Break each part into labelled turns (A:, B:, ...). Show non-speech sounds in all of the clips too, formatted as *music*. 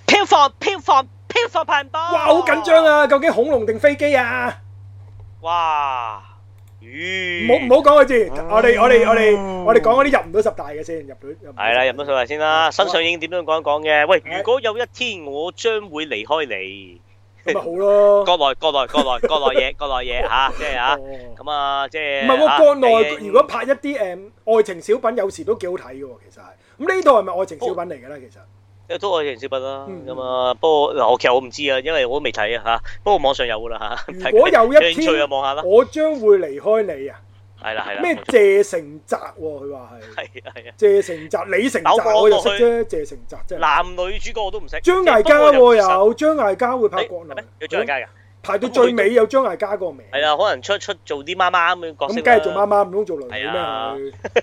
A: 房票房票房排行榜。
B: 哇，好緊張！啊！究竟恐龍定飛機啊？
A: 哇，
B: 唔
A: 咦，
B: 好唔好講佢字，
A: 嗯
B: 我哋我哋我哋我哋講嗰啲入唔到十大嘅先，入到入唔
A: 係啦，入到數嚟先啦。
B: 好啊
A: 新上映點都講一講嘅。喂，
B: 係
A: 如果有一天我將會離開你，
B: 咁咪好咯。
A: 國內國內國內國內嘢國內嘢嚇，即係嚇
B: 哦
A: 咁啊，即係
B: 唔係
A: 啊
B: 喎，國內
A: 你
B: 如果拍一啲誒愛情小品，有時都幾好睇嘅喎，其實係。咁呢套係咪愛情小品嚟嘅咧？其實
A: 都愛情小品啦，
B: 嗯
A: 咁啊，不過嗱，我其實我唔知啊，因為我都未睇啊嚇。不過網上有㗎啦嚇，
B: 如果有一
A: 有興趣就
B: 天
A: 望下啦。
B: 我將會離開你啊！
A: 係啦係啦，
B: 咩
A: 冇錯
B: 謝成澤喎？佢話係
A: 係啊係啊，
B: 謝成澤、李成
A: 扭過
B: 澤，
A: 我
B: 我就識啫。謝成澤即係
A: 男女主角我都唔識。
B: 張艾嘉喎，有張艾嘉會拍國內
A: 誒，有張艾嘉㗎。
B: 排到最尾有張艾嘉個名。
A: 係啦，可能出一出做啲媽媽咁嘅角色
B: 咁
A: 啦
B: 梗係做媽媽，唔通做女咩？
A: 係啊
B: 佢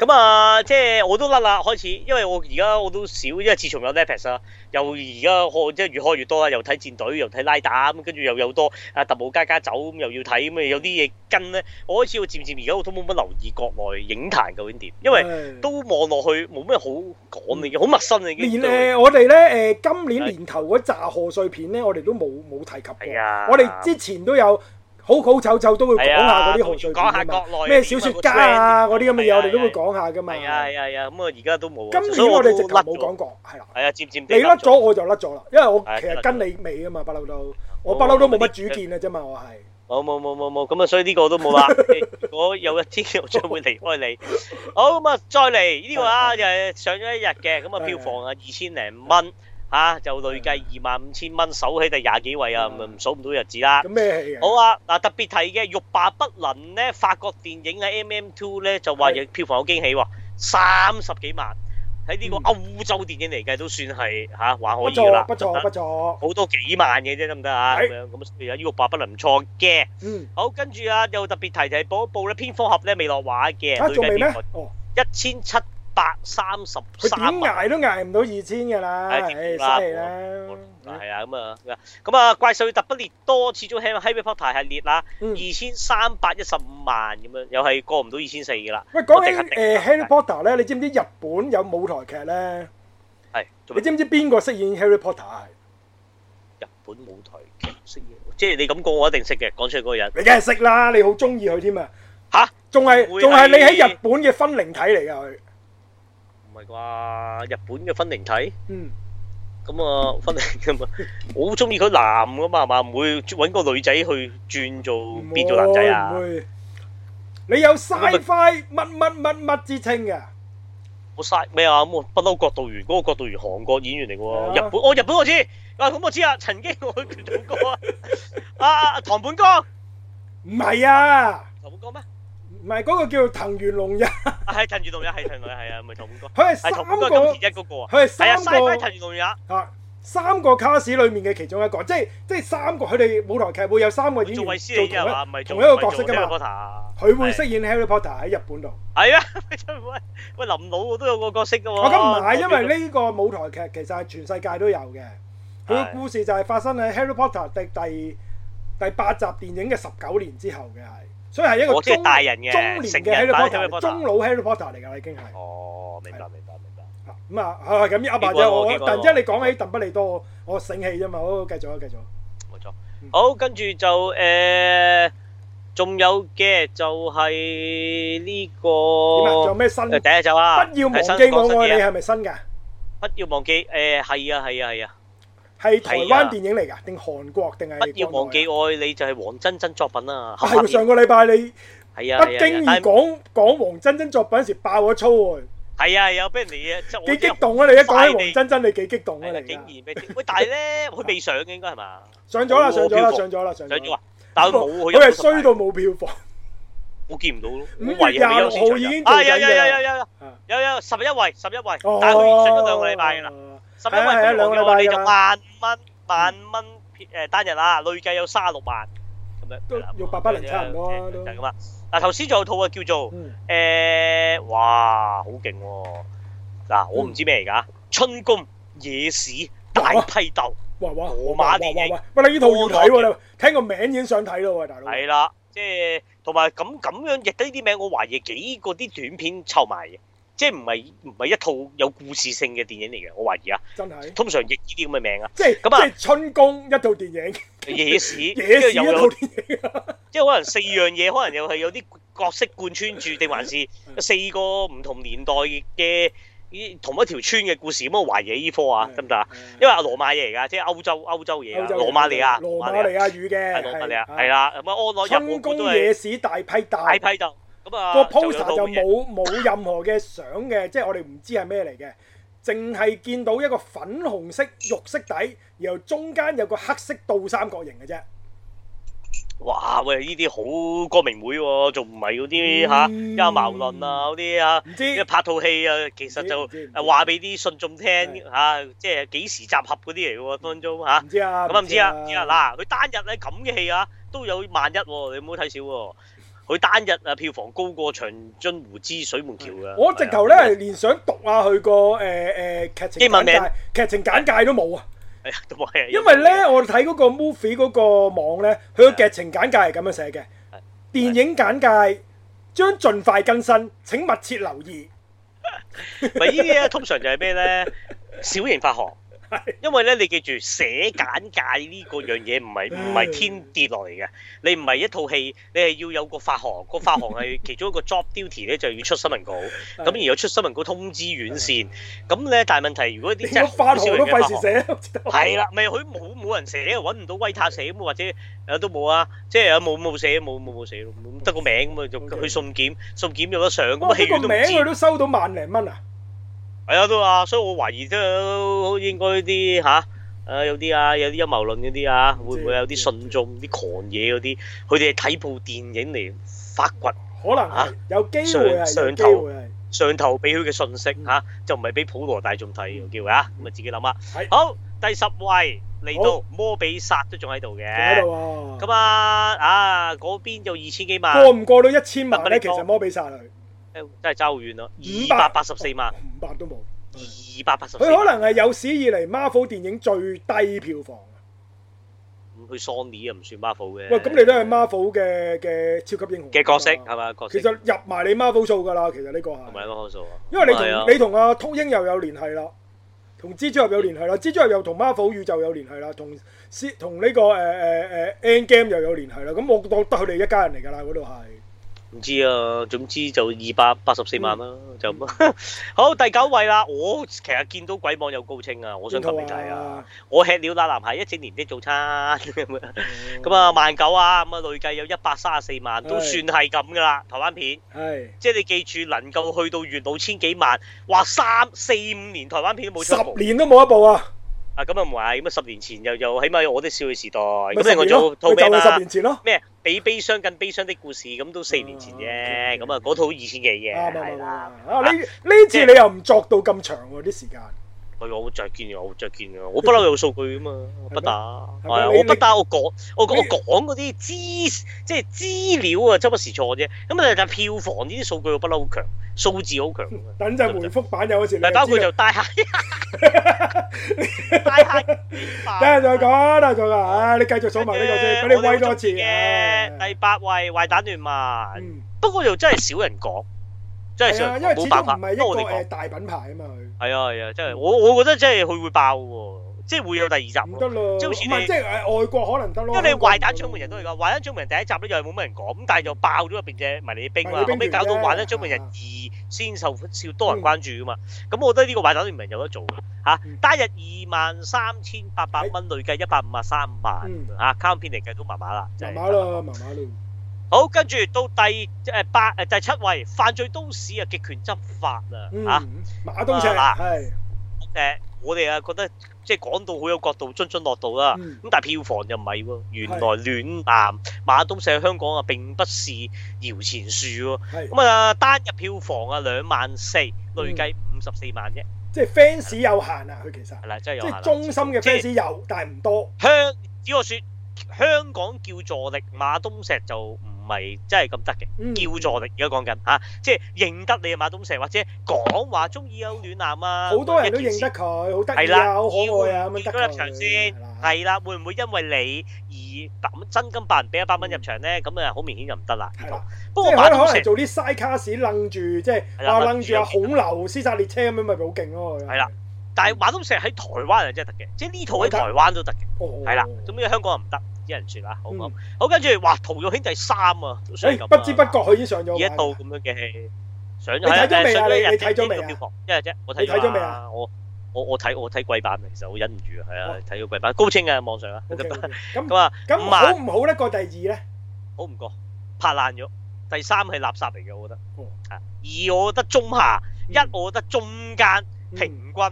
A: 咁啊，即係我都甩啦，開始，因為我而家我都少，因為自從有 Netflix 啦，又而家我即係越開越多啦，啊又睇戰隊，又睇拉打咁，跟住又有好多啊特務加加走咁，又要睇咁啊，有啲嘢跟咧，我開始我漸漸而家我都冇乜留意國內影壇究竟點，因為
B: 唉
A: 都望落去冇咩好講
B: 嗯
A: 嘅，好陌生啊已經
B: 連
A: 對我嚟講。
B: 誒我哋咧誒今年
A: 係
B: 年頭嗰扎賀歲片咧，我哋都冇冇提及
A: 係
B: 過。
A: 啊
B: 我哋之前都有好好醜醜都會講
A: 係
B: 下
A: 啊
B: 嗰啲賀歲片
A: 講
B: 啊
A: 下
B: 嘛，
A: 國內
B: 咩小説家啊嗰啲咁嘅嘢，我哋都會
A: 講。
B: 講下噶嘛。
A: 係啊係啊係啊，咁啊而家都冇啊。
B: 今
A: 所以
B: 年我哋
A: 都
B: 直頭
A: 甩
B: 冇
A: 咗
B: 講過，係啦。
A: 係啊，漸漸地
B: 你甩咗我就甩咗啦，因為我
A: 係
B: 其實
A: 甩
B: 跟
A: 咗
B: 你尾啊嘛，不嬲都，我不嬲都冇乜主見嘅啫嘛，我係。
A: 冇冇冇冇冇，咁啊，所以呢個都冇啦。如果有一天我將會離開你，好咁啊，再嚟呢個啊，就係上咗一日嘅，咁啊票房啊二千零蚊嚇，就累計二萬五千蚊，守喺第廿幾位啊，唔唔數唔到日子啦
B: 咁。咩戲嘅？
A: 好啊，嗱特別提嘅《欲罷不能》咧，法國電影喺 MM Two 咧就話
B: 係
A: 亦票房有驚喜喎，三十幾萬喺呢個
B: 嗯
A: 歐洲電影嚟計都算係嚇還可
B: 不
A: 以㗎啦
B: 錯，不錯不錯，
A: 好多幾萬嘅啫，得唔得啊？
B: 係
A: 咁樣咁所以啊，呢個爸不能唔錯嘅。
B: 嗯，
A: 好，跟住啊，又特別提提報一報咧，蝙蝠俠咧未落畫嘅，
B: 啊
A: 累
B: 仲
A: 計
B: 未咩
A: 票房？
B: 哦，
A: 一千七百三十
B: 佢
A: 三
B: 點
A: 萬。
B: 捱都捱唔到二千㗎啦，
A: 係
B: 唉，
A: 點
B: 犀利
A: 啦
B: 啦。
A: 係啊，咁啊，咁啊，怪獸與特不列多始終喺 Harry Potter 系列啦，
B: 嗯
A: 二千三百一十五萬咁樣，又係過唔到二千四嘅啦。
B: 喂，講起
A: 我哋肯定
B: 誒
A: 係
B: Harry Potter 咧，你知唔知日本有舞台劇咧？
A: 係，做咩
B: 你知唔知邊個飾演 Harry Potter 係？
A: 日本舞台劇識嘢？即係你咁講，我一定識嘅。講出嚟嗰個人
B: 你梗係識啦，你好中意佢添啊！
A: 吓，
B: 仲係
A: 會係
B: 仲係你喺日本嘅分靈體嚟㗎佢。
A: 唔係啩？日本嘅分靈體。
B: 嗯，
A: 咁啊，分嚟噶
B: *laughs*
A: 嘛，我好中意佢男噶嘛，係嘛，唔會揾個女仔去轉做變做男仔
B: 唔
A: 啊！
B: 會。你有 sci-fi 乜乜乜乜之稱㗎？
A: 我嘥咩啊？咁我不嬲國導員，嗰、個國導員韓國演員嚟嘅
B: 係啊
A: 喎，日本我、哦日本我知，啊咁我知啊，曾經我去做
B: *laughs*
A: 過啊，啊唐本剛，
B: 唔係啊，
A: 唐本剛咩？
B: 唔係嗰個叫藤原龍也，
A: 啊係藤原龍也，係藤原龍也，係啊，咪唐本剛，
B: 佢係
A: 係
B: 三
A: 唐本剛係金
B: 個，
A: 田一嗰個啊，
B: 佢係
A: 係啊，
B: 三
A: 嘥翻
B: 個
A: 藤原龍也，
B: 啊，三個卡士裡面嘅其中一個，即係即係三個佢哋舞台劇會有三個
A: 佢
B: 演員
A: 做
B: 做
A: 衛斯理啊啫係嘛，唔係做
B: 同一個角色㗎嘛
A: 㗎嘛
B: 同一，佢會飾演 Harry Potter 喺日本度。
A: 係啊， *laughs* 喂喂林老都有個角色嘅喎，
B: 我咁唔係，因為呢個舞台劇其實係全世界都有嘅。佢嘅
A: 係
B: 故事就係發生喺《Harry Potter》第第第八集電影嘅十九年之後嘅係，所以係一個
A: 我哦即係
B: 中
A: 大人嘅
B: 中年
A: 成
B: 嘅
A: 人
B: Harry
A: 版
B: Potter，
A: Harry Potter
B: 中老 Harry Potter 嚟㗎啦已經係。
A: 哦，明白明白明白。
B: 咁啊，係咁噏下
A: 幾個
B: 啫。
A: 喎
B: 我
A: 幾個
B: 突
A: 喎
B: 然之間你講起鄧不利多，我我醒起啫嘛。好，繼續啊，繼續。
A: 冇錯
B: 嗯。
A: 好，跟住就誒，仲有嘅就係呢
B: 點啊？仲有
A: 個
B: 咩新？
A: 哦誒
B: 不
A: 第一集啊，
B: 要忘
A: 係
B: 記
A: 新
B: 我
A: 講
B: 愛
A: 新
B: 你
A: 嘢啊，
B: 係咪新㗎？
A: 不要忘記誒，係啊係啊係啊，
B: 係台
A: 係
B: 灣
A: 啊
B: 電影嚟㗎，定韓國定係？
A: 不要忘記。愛你就係黃真真作品啊，合
B: 係
A: 拍
B: 喎
A: 片
B: 上個禮拜你
A: 係啊
B: 不
A: 係
B: 經
A: 啊
B: 意
A: 但係
B: 講講黃真真作品時爆咗粗喎。
A: 係啊係啊，俾人哋啊，即係我
B: 幾激
A: 真係
B: 動啊！你一講起
A: 快
B: 黃
A: 地
B: 真真，你幾激動啊！
A: 係啦
B: 你
A: 竟然俾喂，但係咧佢未上嘅應該係嘛？
B: 上咗啦，上咗啦，
A: 冇票
B: 上咗啦，上
A: 上咗
B: 咗
A: 啊
B: 啦！，
A: 但係佢冇去。
B: 佢係衰到冇票房，
A: 我見唔到咯，我
B: 五月
A: 唯有
B: 廿
A: 優
B: 六
A: 先
B: 號
A: 場
B: 已
A: 咋
B: 經做
A: 啊有
B: 緊
A: 有有
B: 嘅啦。
A: 有有
B: 啊
A: 有有十一位十一位，
B: 哦
A: 但係佢上咗兩個禮拜㗎啦，。十一位
B: 係係
A: 不
B: 兩個
A: 如
B: 禮
A: 我
B: 拜
A: 你
B: 㗎
A: 就
B: 啦
A: 萬蚊萬蚊誒單日啊，累計有三十六萬咁樣，
B: 都
A: 係啦
B: 六百不能差唔多啊
A: 就
B: 都
A: 係咁啦。嗱頭先仲有套啊叫做
B: 嗯，
A: 誒哇好勁喎！嗱我唔知咩嚟㗎，春宮野史大批鬥
B: 哇哇！
A: 羅
B: 我
A: 馬
B: 馬
A: 電影
B: 電影，喂，你呢套要睇喎！你聽個名已經想睇咯喎，大佬。
A: 係啊啦，即係同埋咁咁樣譯得呢啲名，我懷疑幾個啲短片湊埋嘅。即係唔係唔係一套有故事性嘅電影嚟嘅，我懷疑啊。
B: 真係，
A: 通常譯呢啲咁嘅名啊，
B: 即係
A: 咁啊
B: 即係春宮一套電影，
A: 野史，
B: *laughs* 野
A: 跟
B: 史
A: 住又
B: 一
A: 有
B: 套
A: *laughs*
B: 電影，
A: 即係可能四樣嘢，可能又係有啲角色貫穿住，定還是
B: 嗯
A: 四個唔同年代嘅咦同一條村嘅故事咁啊？懷疑呢科啊，得唔得啊？因為阿羅馬嘢嚟㗎，即係歐洲歐洲嘢啊，
B: 嗯歐洲
A: 羅馬尼亞，
B: 羅馬尼亞
A: 係
B: 語嘅，
A: 羅馬尼亞，
B: 係
A: 係啦，咁啊安樂入
B: 春
A: 我估都
B: 宮
A: 係
B: 野史大批
A: 大
B: 鬥。
A: 批鬥，咁啊
B: 個
A: 有
B: poster
A: 到
B: 就
A: 嘅
B: 冇冇任何嘅相嘅，即係我哋唔知係咩嚟嘅，淨係見到一個粉紅色肉色底，然後中間有個黑色倒三角形嘅啫。
A: 哇喂，呢啲好光明會喎，仲唔係嗰啲嚇
B: 嗯
A: 有矛盾啊嗰啲啊？
B: 唔
A: 因為
B: 知
A: 拍套戲啊，其實就
B: 唔知唔知
A: 誒話俾啲信眾聽
B: 係
A: 嚇，即係幾時集合嗰啲嚟嘅喎，分分鐘嚇。
B: 唔知啊？
A: 咁啊唔知啊，唔知啊，嗱，佢單日咧咁嘅戲啊，都有萬一喎，你唔好睇少喎。佢單日啊票房高過《長津湖之水門橋》㗎。啊
B: 我直頭咧係連想讀下佢個誒誒劇情
A: 英文
B: 簡
A: 名
B: 介，劇情簡介都冇啊！
A: 係啊，都冇係啊
B: 因為咧，我睇嗰個 movie 嗰個網咧，佢個劇情簡介係咁樣寫嘅：電影簡介將盡快更新，請密切留意。
A: 咪呢啲咧，通常就係咩咧？
B: *laughs*
A: 小型發行
B: 係，
A: 因為咧你記住寫簡介呢個樣嘢唔係唔係天跌落嚟嘅，你唔係一套戲，你係要有個發行，個發行
B: *laughs*
A: 係其中一個 job duty 咧，就要出新聞稿，咁而有出新聞稿通知院線，咁咧但係問題如果啲
B: 你
A: 真
B: 個
A: 係好
B: 飯
A: 小
B: 堂
A: 型
B: 都
A: 嘅發
B: 費事
A: 行。
B: 寫，
A: 係啦，咪佢冇冇人寫，揾唔到威塔寫咁，或者誒都冇啊，即係冇冇寫，冇冇冇寫咯，冇得個名咁啊，就
B: OK
A: 佢送檢，送檢有得上咁
B: 哇！
A: 啊，戲
B: 呢個
A: 院都
B: 名
A: 唔知
B: 佢。都收到萬零蚊啊！
A: 係啊，都啊，所以我懷疑都應該啲吓，誒、有啲啊，有啲陰謀論嗰啲啊，
B: 唔
A: 會
B: 知
A: 唔會有啲信眾啲狂野嗰啲，佢哋係睇部電影嚟發掘
B: 可能係有機會係
A: 上
B: 有機會係
A: 上頭俾佢嘅信息吓、就唔係俾普羅大眾睇嘅叫啊，咁啊自己諗下
B: 嗯係。
A: 好，第十位嚟
B: 好
A: 到摩比殺都仲喺度
B: 仲喺
A: 嘅，
B: 度喎。
A: 咁啊啊嗰邊就二千幾萬，
B: 過唔過到一千萬
A: 嗱我哋
B: 咧？其實摩比殺佢
A: 真係爭好遠啦，
B: 五
A: 二百八十四萬，
B: 五百都冇。
A: 二百八十四
B: 佢
A: 萬。
B: 可能係有史以嚟 Marvel 電影最低票房。
A: 咁去 Sony 啊，唔算 Marvel 嘅。
B: 喂，咁你都係 Marvel 嘅嘅超級英雄
A: 嘅角色係嘛角色
B: 其？實入埋你 Marvel 數㗎啦，其實呢個
A: 同埋
B: 係，
A: 咯，數啊，
B: 因為你
A: 係啊
B: 同你同阿禿鷹又有聯繫啦，同蜘蛛俠有聯繫啦，蜘蛛俠又同 Marvel 宇宙有聯繫啦，同 C- 同呢個呃誒誒誒 End Game 又有聯繫啦。咁我覺得佢哋一家人嚟㗎啦，嗰度係。
A: 唔知啊，總之就二百八十四萬啦，
B: 嗯
A: 就咁 *laughs* 啦。好，第九位啦，我其實見到鬼網有高清啊，我想撳你睇啊。我吃了那男孩一整年的早餐咁啊，
B: 嗯
A: 咁
B: 哦
A: 啊萬九啊，咁啊累計有一百三十四萬，都算係咁噶啦，台灣片。
B: 係
A: 即係你記住，能夠去到月老千幾萬，話三四五年台灣片都冇出過
B: 十年都冇一部啊！
A: 啊咁啊唔係，咁啊十年前又又起碼我的少女時代，咁
B: 咪十
A: 另外
B: 年
A: 仲有
B: 咯，
A: 套
B: 咪
A: 咩啊
B: 就係
A: 嘛
B: 十？年前咯，
A: 咩？比悲傷更悲傷的故事，咁都四年前
B: 啊
A: 啫。
B: ，OK，OK
A: 咁啊，嗰套二千幾嘅，
B: 啱啱
A: 係
B: 啱
A: 啦。
B: 啊！呢呢次你又唔作到咁長喎啲時間，
A: 喂，啊我好着見嘅，我好着見嘅，我不嬲有數據噶嘛，我不打，
B: 係
A: 係
B: 咩
A: 啊，
B: 你
A: 我不打，我講，我講
B: 你
A: 我講嗰啲資，即係資料啊，周不時錯啫。咁啊，但係票房呢啲數據我不嬲好強，數字好強㗎嘛。
B: 等陣回覆版有嗰時你
A: 但係包括就
B: 知啊
A: 大
B: *laughs*
A: 客，大客 Ờ.
B: 道，等陣再講啊，等陣再講啊！唉你繼續數埋呢個先，俾你威多一次
A: 嘅第
B: 嘅。
A: 八位壞蛋聯盟，
B: 嗯，
A: 不過又真係少人講，真係
B: 係
A: 少
B: 啊，
A: 人
B: 因為
A: 講，冇
B: 始終
A: 辦法，
B: 唔係一
A: 因為我哋
B: 個
A: 講
B: 誒。大品牌啊嘛，佢
A: 係啊係啊，真係我我覺得真係佢會爆喎，即係會有第二集
B: 唔
A: 咯。
B: 得咯，唔
A: 即係好似你
B: 係即係誒外國可能得咯。
A: 因為你壞蛋
B: 香
A: 掌
B: 港唔
A: 門
B: 得
A: 人都係
B: 咯
A: 㗎，壞蛋掌門人第一集咧又係冇乜人講，咁但係就爆咗入邊隻迷你兵啦，
B: 迷
A: 後
B: 你兵
A: 尾搞到
B: 團啫
A: 壞蛋掌門人
B: 啊
A: 二先受少多人關注㗎嘛。咁我覺得呢個壞蛋聯盟有得做嘅嚇
B: 嗯，
A: 單日二萬三千八百蚊，累計一百五十三萬
B: 嗯
A: 嚇，卡通片嚟計都麻麻啦，真係
B: 麻麻啦，麻麻啦。
A: 好，跟住到第誒八誒第七位犯罪都市啊，極權執法啊
B: 嗯
A: 嚇。，
B: 馬東石
A: 啊
B: 係
A: 誒，我哋啊覺得即係講到好有角度，津津樂道啦。
B: 嗯
A: 咁但係票房就唔係喎，原來暖男馬東石香港啊並不是搖錢樹喎。
B: 係，
A: 咁啊單日票房啊兩萬四，累計五十四萬啫，
B: 即係 fans 有限啊，佢其實
A: 係啦，真係有
B: 即
A: 限啦
B: 係忠心嘅
A: 即係
B: fans 有，但係唔多。
A: 香，只可說香港叫助力，馬東石就唔唔係真係咁得嘅。
B: 嗯
A: 叫做我哋而家講緊嚇，即係認得你啊馬東石，或者講話中意有暖男啊，
B: 好多人都
A: 一件
B: 認
A: 事
B: 得佢，好得
A: 係
B: 意啊，
A: 啦，
B: 好可愛啊，咁樣
A: 要
B: 得
A: 咗
B: 佢
A: 入場先
B: 係啦，
A: 係啦，會唔會因為你而百蚊真金白銀俾一百蚊入場咧？咁啊，好明顯就唔得啦。呢
B: 係
A: 個
B: 啦，
A: 不
B: 即
A: 過
B: 係
A: 馬
B: 可能
A: 東
B: 可能
A: 石
B: 做啲 side cast 楞住，即係
A: 係啦
B: 話
A: 楞
B: 楞
A: 住
B: 住啊
A: 有
B: 孔劉、屍殺列車咁樣，咪好勁咯。佢
A: 係啦，但係馬東石喺台灣啊係真係得嘅，即係呢套喺台灣都得嘅，
B: 哦，
A: 係啦。咁呢香港就唔得，啲人説啦，好
B: 嗯
A: 咁好，跟住哇，陶玉兄弟三啊，都想
B: 誒
A: 咁啊
B: 不知不覺佢已經上咗
A: 而一
B: 畫
A: 套
B: 㗎啦
A: 咁樣嘅戲上咗
B: 你睇咗未啊
A: 係上咗日
B: 你你睇咗未啊
A: 票房一日啫，我睇
B: 你睇咗未
A: 啊
B: 啊？
A: 我我我睇我睇貴版嘅，其實我忍唔住啊，係啊
B: 哦，
A: 睇個貴版高清嘅網上啊，
B: OK，OK，
A: 咁
B: 咁
A: 啊
B: 咁
A: 五
B: 好
A: 萬
B: 唔好咧？個第二咧，
A: 好唔過，拍爛咗。第三係垃圾嚟嘅，我覺得
B: 哦。
A: 啊二我覺得中下，
B: 嗯
A: 一我覺得中間平均，二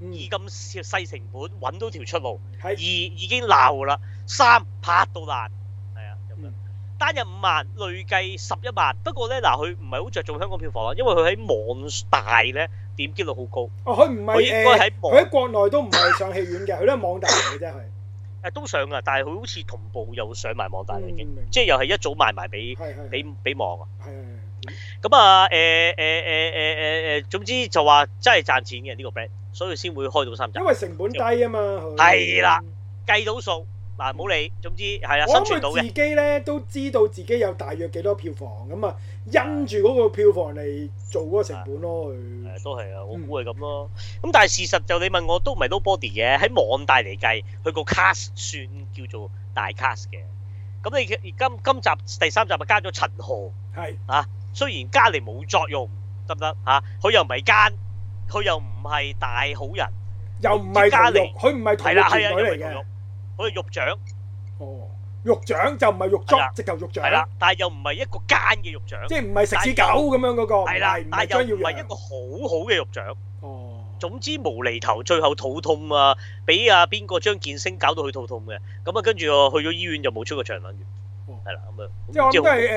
B: 嗯
A: 咁細成本揾到條出路，二
B: 係
A: 已經鬧啦，三拍到爛，係啊咁樣
B: 嗯。
A: 單日五萬，累計十一萬。不過咧，嗱佢唔係好着重香港票房啊，因為佢喺網大咧點擊率好高。
B: 哦，佢唔
A: 佢
B: 係
A: 應該
B: 誒，
A: 喺
B: 佢
A: 網
B: 喺國內都唔係上戲院嘅，佢都係網大嚟嘅啫，佢
A: 誒都上㗎，但係佢好似同步又上埋網大啦已經
B: 嗯明，
A: 即係又係一早賣埋俾
B: 係係
A: 俾俾網啊。
B: 係係
A: 咁啊，誒誒誒誒誒誒，總之就話真係賺錢嘅呢個 brand，所以先會開到三集
B: 因，為成本低啊嘛，佢
A: 係啦。計到數嗱，冇理，總之係啊，
B: 我
A: 生
B: 諗
A: 存到
B: 佢
A: 嘅，
B: 自己咧都知道自己有大約幾多票房咁啊，因住嗰個票房嚟做嗰個成本咯，佢
A: 誒都係啊，我估係咁咯。咁但係事實就你問我都唔係 low body 嘅，喺網大嚟計，佢個 cast 算叫做大 cast 嘅。咁你今今集第三集啊加咗陳豪，
B: 係
A: 雖然加嚟冇作用，得唔得嚇？佢又唔係奸，佢又唔係大好人，
B: 又唔係
A: 加嚟
B: 同肉，佢唔係同
A: 係
B: 肉
A: 啦係啊，
B: 團
A: 又唔
B: 隊嚟
A: 係肉
B: 嘅，，
A: 佢係肉長。
B: 哦，肉掌就唔係肉
A: 係啦
B: 作，直頭肉掌
A: 係，啦，但係又唔係一個奸嘅肉獎，
B: 即係唔係食屎狗咁樣嗰個，唔
A: 係啦
B: 係唔，
A: 但
B: 係
A: 係
B: 張
A: 又唔
B: 耀
A: 係一
B: 揚
A: 個，好好嘅肉獎。
B: 哦，
A: 總之無厘頭，最後肚痛啊，俾啊邊個張建升搞到佢肚痛嘅，咁啊跟住我去咗醫院就冇出過場啦，
B: 哦
A: 係啦咁啊，
B: 即係我諗都
A: 好
B: 係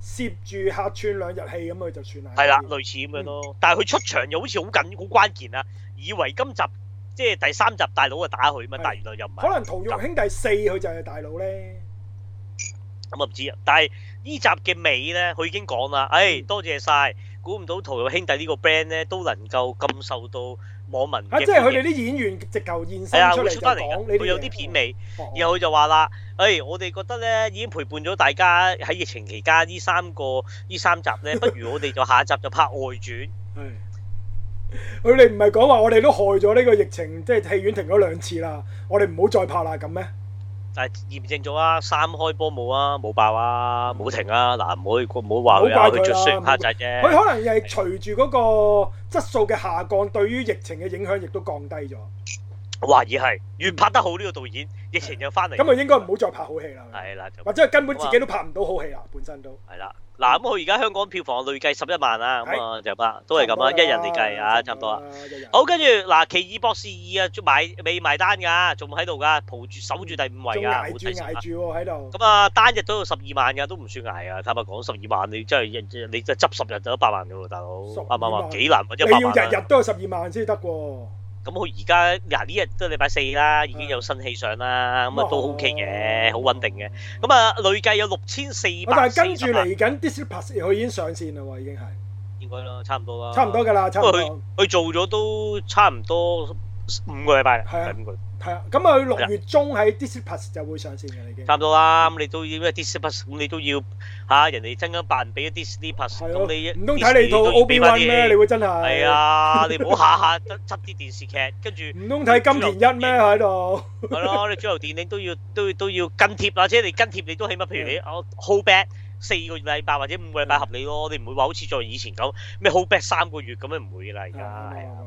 B: 誒誒攝住客串兩日戲咁佢就算啦，
A: 係啦，類似咁樣咯。但係佢出場又好似好緊好關鍵啊，以為今集即係第三集大佬啊打佢嘛，
B: 係
A: 但係原來又唔
B: 可
A: 係，
B: 能《逃獄兄弟四》佢就係大佬咧，
A: 咁啊唔知啊。但係呢集嘅尾咧，佢已經講啦，唉
B: 嗯
A: 多謝晒，估唔到陶友兄弟呢個 brand 咧都能夠咁受到網民
B: 嚇，
A: 嘅
B: 啊即係
A: 歡
B: 佢
A: 迎
B: 哋。啲演員直頭現
A: 係啊，
B: 身出
A: 會
B: 嚟
A: 出
B: 就
A: 翻嚟
B: 講呢
A: 㗎，
B: 啲哦
A: 會有啲片尾，
B: 嘢，
A: 然後佢就話啦，誒、我哋覺得咧已經陪伴咗大家喺疫情期間呢三個呢三集咧，不如我哋就下一集就拍外傳，
B: 係佢哋唔係講話我哋都害咗呢個疫情，即係戲院停咗兩次啦，我哋唔好再拍啦咁咩？
A: 但係驗證咗啊，三開波冇啊，冇爆啊，冇停啊，嗱唔可以唔好話佢啊，
B: 唔好怪佢啦
A: 佢着雖然
B: 唔
A: 蝦
B: 好
A: 仔
B: 佢
A: 啫，
B: 可能又係隨住嗰個質素嘅下降，對於疫情嘅影響亦都降低咗，
A: 我懷疑係越拍得好呢個導演，疫情就翻嚟，
B: 咁啊應該唔好再拍好戲啦，
A: 係啊啦就
B: 或者佢根本自己都拍唔到好戲啦，本身都。
A: 係啦。嗱咁佢而家香港票房累計十一萬啦，咁啊就咁啦，都係咁啦，一人嚟計啊，差唔多啦。
B: 一人
A: 好，跟住嗱，奇異博士二啊，仲買未埋單㗎，仲喺度㗎，抱住守住第五位
B: 仲
A: 㗎，
B: 捱
A: 冇
B: 住
A: 啊睇
B: 捱住喎喺度，
A: 咁啊，單日都有十二萬㗎，都唔算捱啊！坦白講，十二萬你真係你真係執十日就一百萬㗎喎，大佬
B: 12
A: 啱唔啱啊？
B: 萬
A: 幾難揾一
B: 你
A: 百
B: 要
A: 萬
B: 日
A: 啊
B: 日都有十二萬先得喎。
A: 咁佢而家嗱呢日都禮拜四啦，已經有新戲上啦，
B: 嗯
A: 咁啊都 OK 嘅，好穩定嘅。咁啊，累計有六千四
B: 我
A: 百
B: 但
A: 四
B: 係跟住
A: 十萬，
B: 嚟緊 Disney Plus 佢已經上線啦喎，已經係
A: 應該啦，差唔多啦，
B: 差唔多。㗎啦，差唔
A: 因為
B: 多。
A: 佢做咗都差唔多五個禮拜啦，
B: 係啊
A: 係五個禮拜。
B: 係啊，咁啊，佢六月中喺 Disney Plus 就會上線嘅啦已經。
A: 差唔多啦，咁你都要咩 Disney Plus，咁你都要嚇、人哋增加百人俾 Disney Plus，
B: 係咯，
A: 咁你
B: 唔通睇你套 O B One 咩？你會真係
A: 係？啊，你唔好下下得執啲電視劇，跟住
B: 唔通睇金田一咩喺度？
A: 係咯，你主流電影都要都要都要跟貼啦，即係你跟貼你都起碼譬如你
B: 嗯
A: 我 hold back 四個禮拜或者五個禮拜合理咯，你唔會話好似在以前咁咩 hold back 三個月咁樣唔會㗎啦，而
B: 係
A: 家
B: 啊
A: 係啊。
B: 啱啊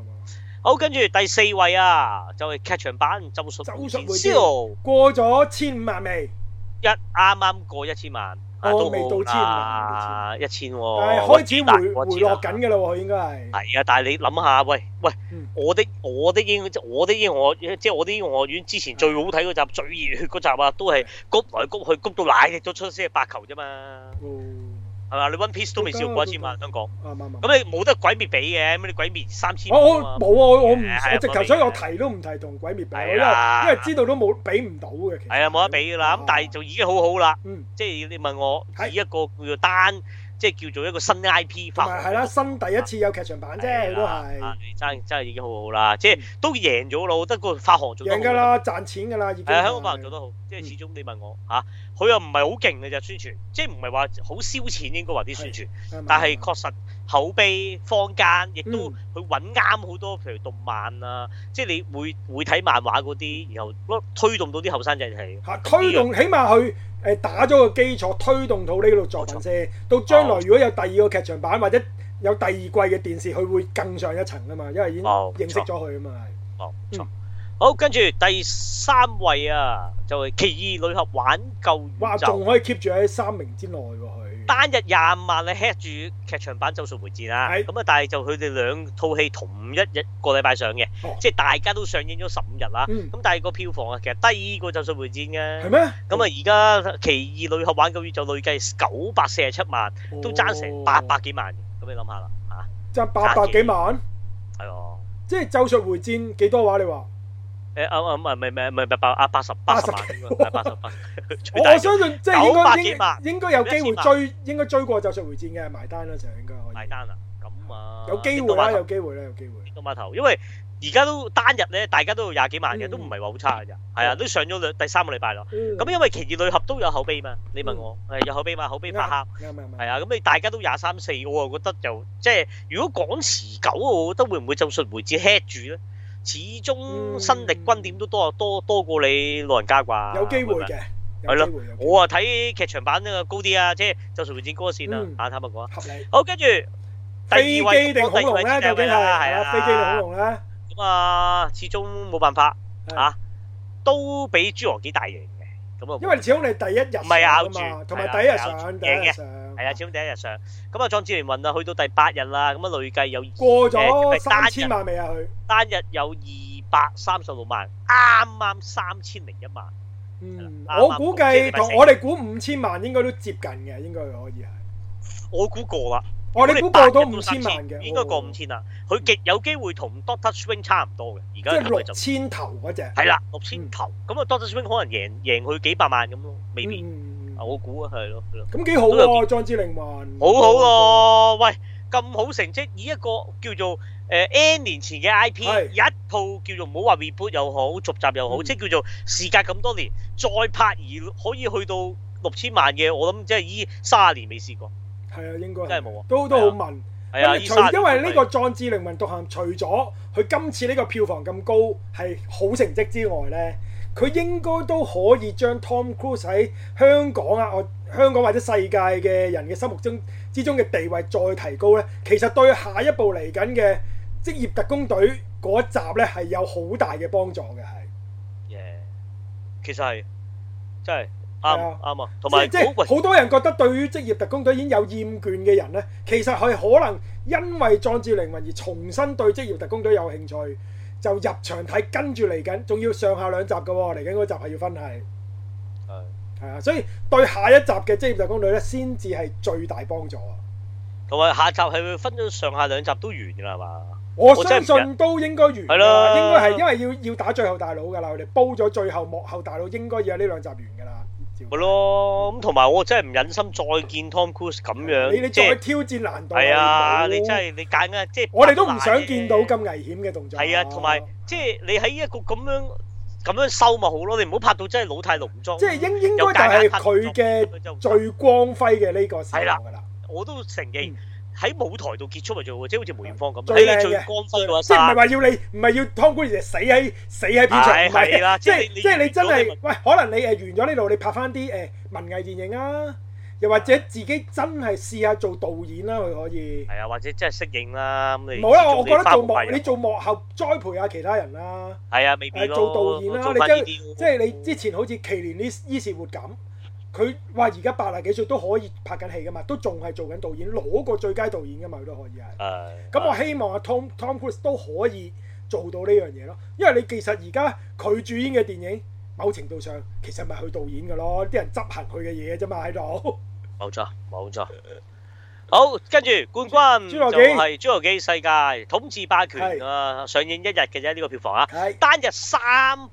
A: 好，跟住第四位啊，就係劇場版《咒術
B: 咒
A: 迴
B: 術
A: 戰
B: 迴
A: 師》
B: 過咗千五萬未？
A: 一啱啱過一千萬，啊
B: 哦
A: 都
B: 未到
A: 好
B: 千
A: 啦，一千喎，
B: 但係
A: 我知
B: 開始
A: 啦
B: 回
A: 我知
B: 回落
A: 啦
B: 緊㗎啦喎，佢應該係。
A: 係啊，但係你諗下，喂喂
B: 嗯，
A: 我的我的英我的英我即係我的英雄學院之前最好睇嗰集最熱血嗰集啊，都係谷來谷去谷到奶力都出先係白球啫嘛，
B: 哦
A: 係嘛？你 One Piece 都未試過一千萬香港，
B: 啱啱啱。
A: 咁你冇得鬼滅比嘅，咁你鬼滅三千
B: 我我
A: 五啊
B: 冇啊！
A: 嘛，
B: 我我唔
A: 係
B: 我直頭，所以
A: 冇得
B: 我
A: 比
B: 提都唔提同鬼滅比，因為
A: 係
B: 因
A: 啦
B: 為知道都冇比唔到嘅。其實
A: 係啊，冇得比㗎啦。咁但係就已經好好啦，
B: 嗯，
A: 即係你問我
B: 哦係
A: 以一個叫做單，即係叫做一個新 I P
B: 同
A: 發
B: 埋
A: 行
B: 係啦，新第一次有劇場版啫，佢都
A: 係啦
B: 係
A: 啊真真係已經好好啦，即係
B: 嗯
A: 都贏咗咯，我覺得個發行做得好
B: 贏㗎啦，賺錢㗎啦，已嗯經
A: 係啊，
B: 係。
A: 香港發行做得好，即係始終你問我嚇，佢又唔係好勁嘅啫宣傳，即係唔係話好燒錢應該話啲宣傳，
B: 啱，
A: 但係
B: 啱
A: 確實口碑坊間亦都
B: 嗯
A: 佢揾啱好多，譬如動漫啊，即係你會會睇漫畫嗰啲，然後推動到啲後生仔睇。
B: 嚇推動，起碼佢誒打咗個基礎，推動到呢度作品先。到將來
A: 哦
B: 如果有第二個劇場版或者有第二季嘅電視，佢會更上一層㗎嘛，因為已經
A: 冇錯
B: 認識咗佢啊嘛。
A: 冇哦錯。好，跟住第三位啊，就係《奇異女俠挽救
B: 哇，
A: 宇
B: 仲
A: 宙
B: 可以 keep 住喺三名之內喎佢》。
A: 單日廿五萬你 head 住劇場版《咒術回戰》啊，
B: 係
A: 咁啊，但係就佢哋兩套戲同一日個禮拜上嘅
B: 哦，
A: 即係大家都上映咗十五日啦。
B: 嗯，
A: 咁但係個票房啊，其實低過《咒術回戰》
B: 係
A: 嘅。
B: 咩？
A: 咁啊，而家《奇異女俠挽救宇宙》累計九百四十七萬，都爭成八百
B: 哦，
A: 幾萬嘅。咁你諗下啦，嚇
B: 爭八百幾萬，
A: 係啊，
B: 即係咒術回戰幾多話？你話？
A: 誒啊啊唔係唔係唔係八啊八十八十萬
B: 80
A: 應該係八十八十，
B: *laughs* 我
A: 最大
B: 我
A: 嘅
B: 相信即
A: 九百
B: 係
A: 幾
B: 應
A: 萬
B: 該應該有機會
A: 一千萬
B: 追，應該追過咒術回戰嘅埋單啦，就應該可
A: 埋
B: 以。
A: 單啊，咁啊
B: 有機會啦，有機會啦，有機會。
A: 個碼頭，因為而家都單日咧，大家都有廿幾萬嘅，
B: 嗯
A: 都唔係話好差嘅咋，係啊，都上咗兩第三個禮拜啦。
B: 咁
A: 咁因為奇異女俠都有口碑嘛，你問我
B: 嗯
A: 係有口碑嘛，口碑發酵
B: 啱啱啱。
A: 係啊，咁你大家都廿三四，我啊又覺得就即係如果講持久，啊我覺得會唔會咒術回戰 head 住咧？始終
B: 嗯
A: 新力軍點都多多多過你老人家啩，
B: 有機會
A: 會唔會。
B: 嘅，
A: 係咯
B: 有機會有機會
A: 我啊睇劇場版呢個高啲啊，即係咒術回戰高一線啊
B: 嗯，
A: 啊坦白講啊，
B: 合理。
A: 好跟住第
B: 飛
A: 二位
B: 機定恐龍咧？
A: 第二
B: 究
A: 位
B: 竟係
A: 啦係
B: 係
A: 啊
B: 啦，飛機定恐龍咧？
A: 咁啊，始終冇辦法
B: 係
A: 啊，都比侏羅紀大型嘅，咁啊，
B: 因為始終你第一日
A: 唔係咬
B: 上
A: 住
B: 啊嘛，同
A: 係
B: 埋
A: 啦
B: 第一
A: 咬
B: 日
A: 住
B: 上，第一
A: 贏嘅
B: 日上
A: 係啊，始終第一日上，咁啊，壯志凌雲啊，去到第八日啦，咁啊，累計有
B: 過咗
A: 誒單
B: 三千萬未啊？佢
A: 單日有二百三十六萬，啱啱三千零一萬，
B: 嗯，
A: 啱啱
B: 我估計
A: 好
B: 同
A: 即係
B: 我哋估五千萬應該都接近嘅，應該可以係。
A: 我估過啦，
B: 我哋哦估
A: 如果
B: 過
A: 你八
B: 到
A: 日
B: 五千萬嘅，
A: 應該過
B: 哦
A: 五，千啦，佢極有機會同 Doctor Swing 差唔多嘅，而
B: 即係
A: 家
B: 六
A: 咁嘅就
B: 千嗯頭嗰只。
A: 係啦，六千頭，咁啊 Doctor Swing 可能贏贏佢幾百萬咁咯，未必，
B: 嗯
A: 啊我估啊，係咯，係咯。
B: 咁幾好
A: 都有
B: 喎，壯志凌雲。
A: 好好咯，喂，咁好成績，以一個叫做誒 N 年前嘅 IP，
B: 係
A: 一套叫做唔好話 reboot 又好，續集又好，
B: 嗯
A: 即係叫做時隔咁多年再拍而可以去到六千萬嘅，我諗即係依卅年未試過，
B: 係啊，應該係
A: 真係冇啊
B: 都都好問。
A: 係啊，
B: 因為
A: 依
B: 除
A: 卅年
B: 因為呢個
A: 未
B: 《壯志凌雲獨行》，除咗佢今次呢個票房咁高係好成績之外呢，佢應該都可以將 Tom Cruise 喺香港啊，我香港或者世界嘅人嘅心目中之中嘅地位再提高呢。其實對下一步嚟緊嘅職業特工隊嗰一集呢，係有好大嘅幫助嘅，係。
A: 耶其實係真係
B: 係
A: 啱
B: 啊
A: 啱啊，同埋
B: 即係
A: 好喂
B: 好多人覺得對於職業特工隊已經有厭倦嘅人呢，其實佢可能因為壯志凌雲而重新對職業特工隊有興趣，就入場睇，跟住嚟緊，仲要上下兩集嘅喎，嚟緊嗰集係要分係
A: 係
B: 係啊，所以對下一集嘅職業特工隊呢，先至係最大幫助啊！
A: 同埋下集係會分咗上下兩集都完㗎啦係嘛，
B: 我
A: 我真係
B: 相
A: 唔啊
B: 信都應該完㗎
A: 係啦
B: 應該係因為要要打最後大佬㗎啦，我哋煲咗最後幕後大佬應該要喺呢兩集完㗎啦。照
A: 咪咯，咁同埋我真係唔忍心再見 Tom Cruise 咁
B: 你
A: 樣，
B: 你
A: 即
B: 再
A: 係
B: 挑戰難度
A: 係啊，
B: 冇
A: 你真係你揀啊，即係
B: 我哋都唔
A: 扮
B: 想
A: 嘢
B: 見到咁危險嘅動作。
A: 係啊，同埋即係你喺一個咁樣咁樣收咪好咯，你唔好拍到真係老態龍鍾。
B: 即係應應該
A: 有
B: 就
A: 大家
B: 係
A: 拍
B: 佢嘅最光輝嘅呢個時候
A: 係啦
B: 㗎啦，
A: 我都承認
B: 嗯
A: 喺舞台度結束咪最好，即係好似梅艷芳咁，
B: 最靚
A: 喺
B: 嘅
A: 最光輝嗰一
B: 即係唔係
A: 剎。
B: 話要你唔係要湯官爺死喺死喺片場，
A: 係
B: 唔
A: 係啦
B: 係即係
A: 即係你
B: 即係你真
A: 完咗你咪
B: 係喂，可能你誒完咗呢度，你拍翻啲誒文藝電影啊，又或者自己真係試下做導演啦，佢可以。
A: 係啊，或者真係適應啦。咁你
B: 冇啦，
A: 始終
B: 我覺得
A: 花
B: 做
A: 無
B: 幕
A: 百日
B: 你做幕後栽培下其他人啦。
A: 係啊，未必
B: 誒
A: 咯。
B: 做導演啦，
A: 做
B: 你
A: 翻
B: 跟
A: 呢
B: 即
A: 啲
B: 係你之前好似奇連呢依時活咁，佢話而家八啊幾歲都可以拍緊戲噶嘛，都仲係做緊導演，攞過最佳導演噶嘛，佢都可以
A: 誒
B: 係。咁我希望阿 Tom Tom Cruise 都可以做到呢樣嘢咯，因為你其實而家佢主演嘅電影，某程度上其實咪佢導演噶咯，啲人執行佢嘅嘢啫嘛喺度。
A: 冇錯冇錯。好，跟住冠軍
B: 侏羅紀
A: 就係《侏羅紀世界》統治霸權啊！上映一日嘅啫，呢個票房啊，
B: 係
A: 單日三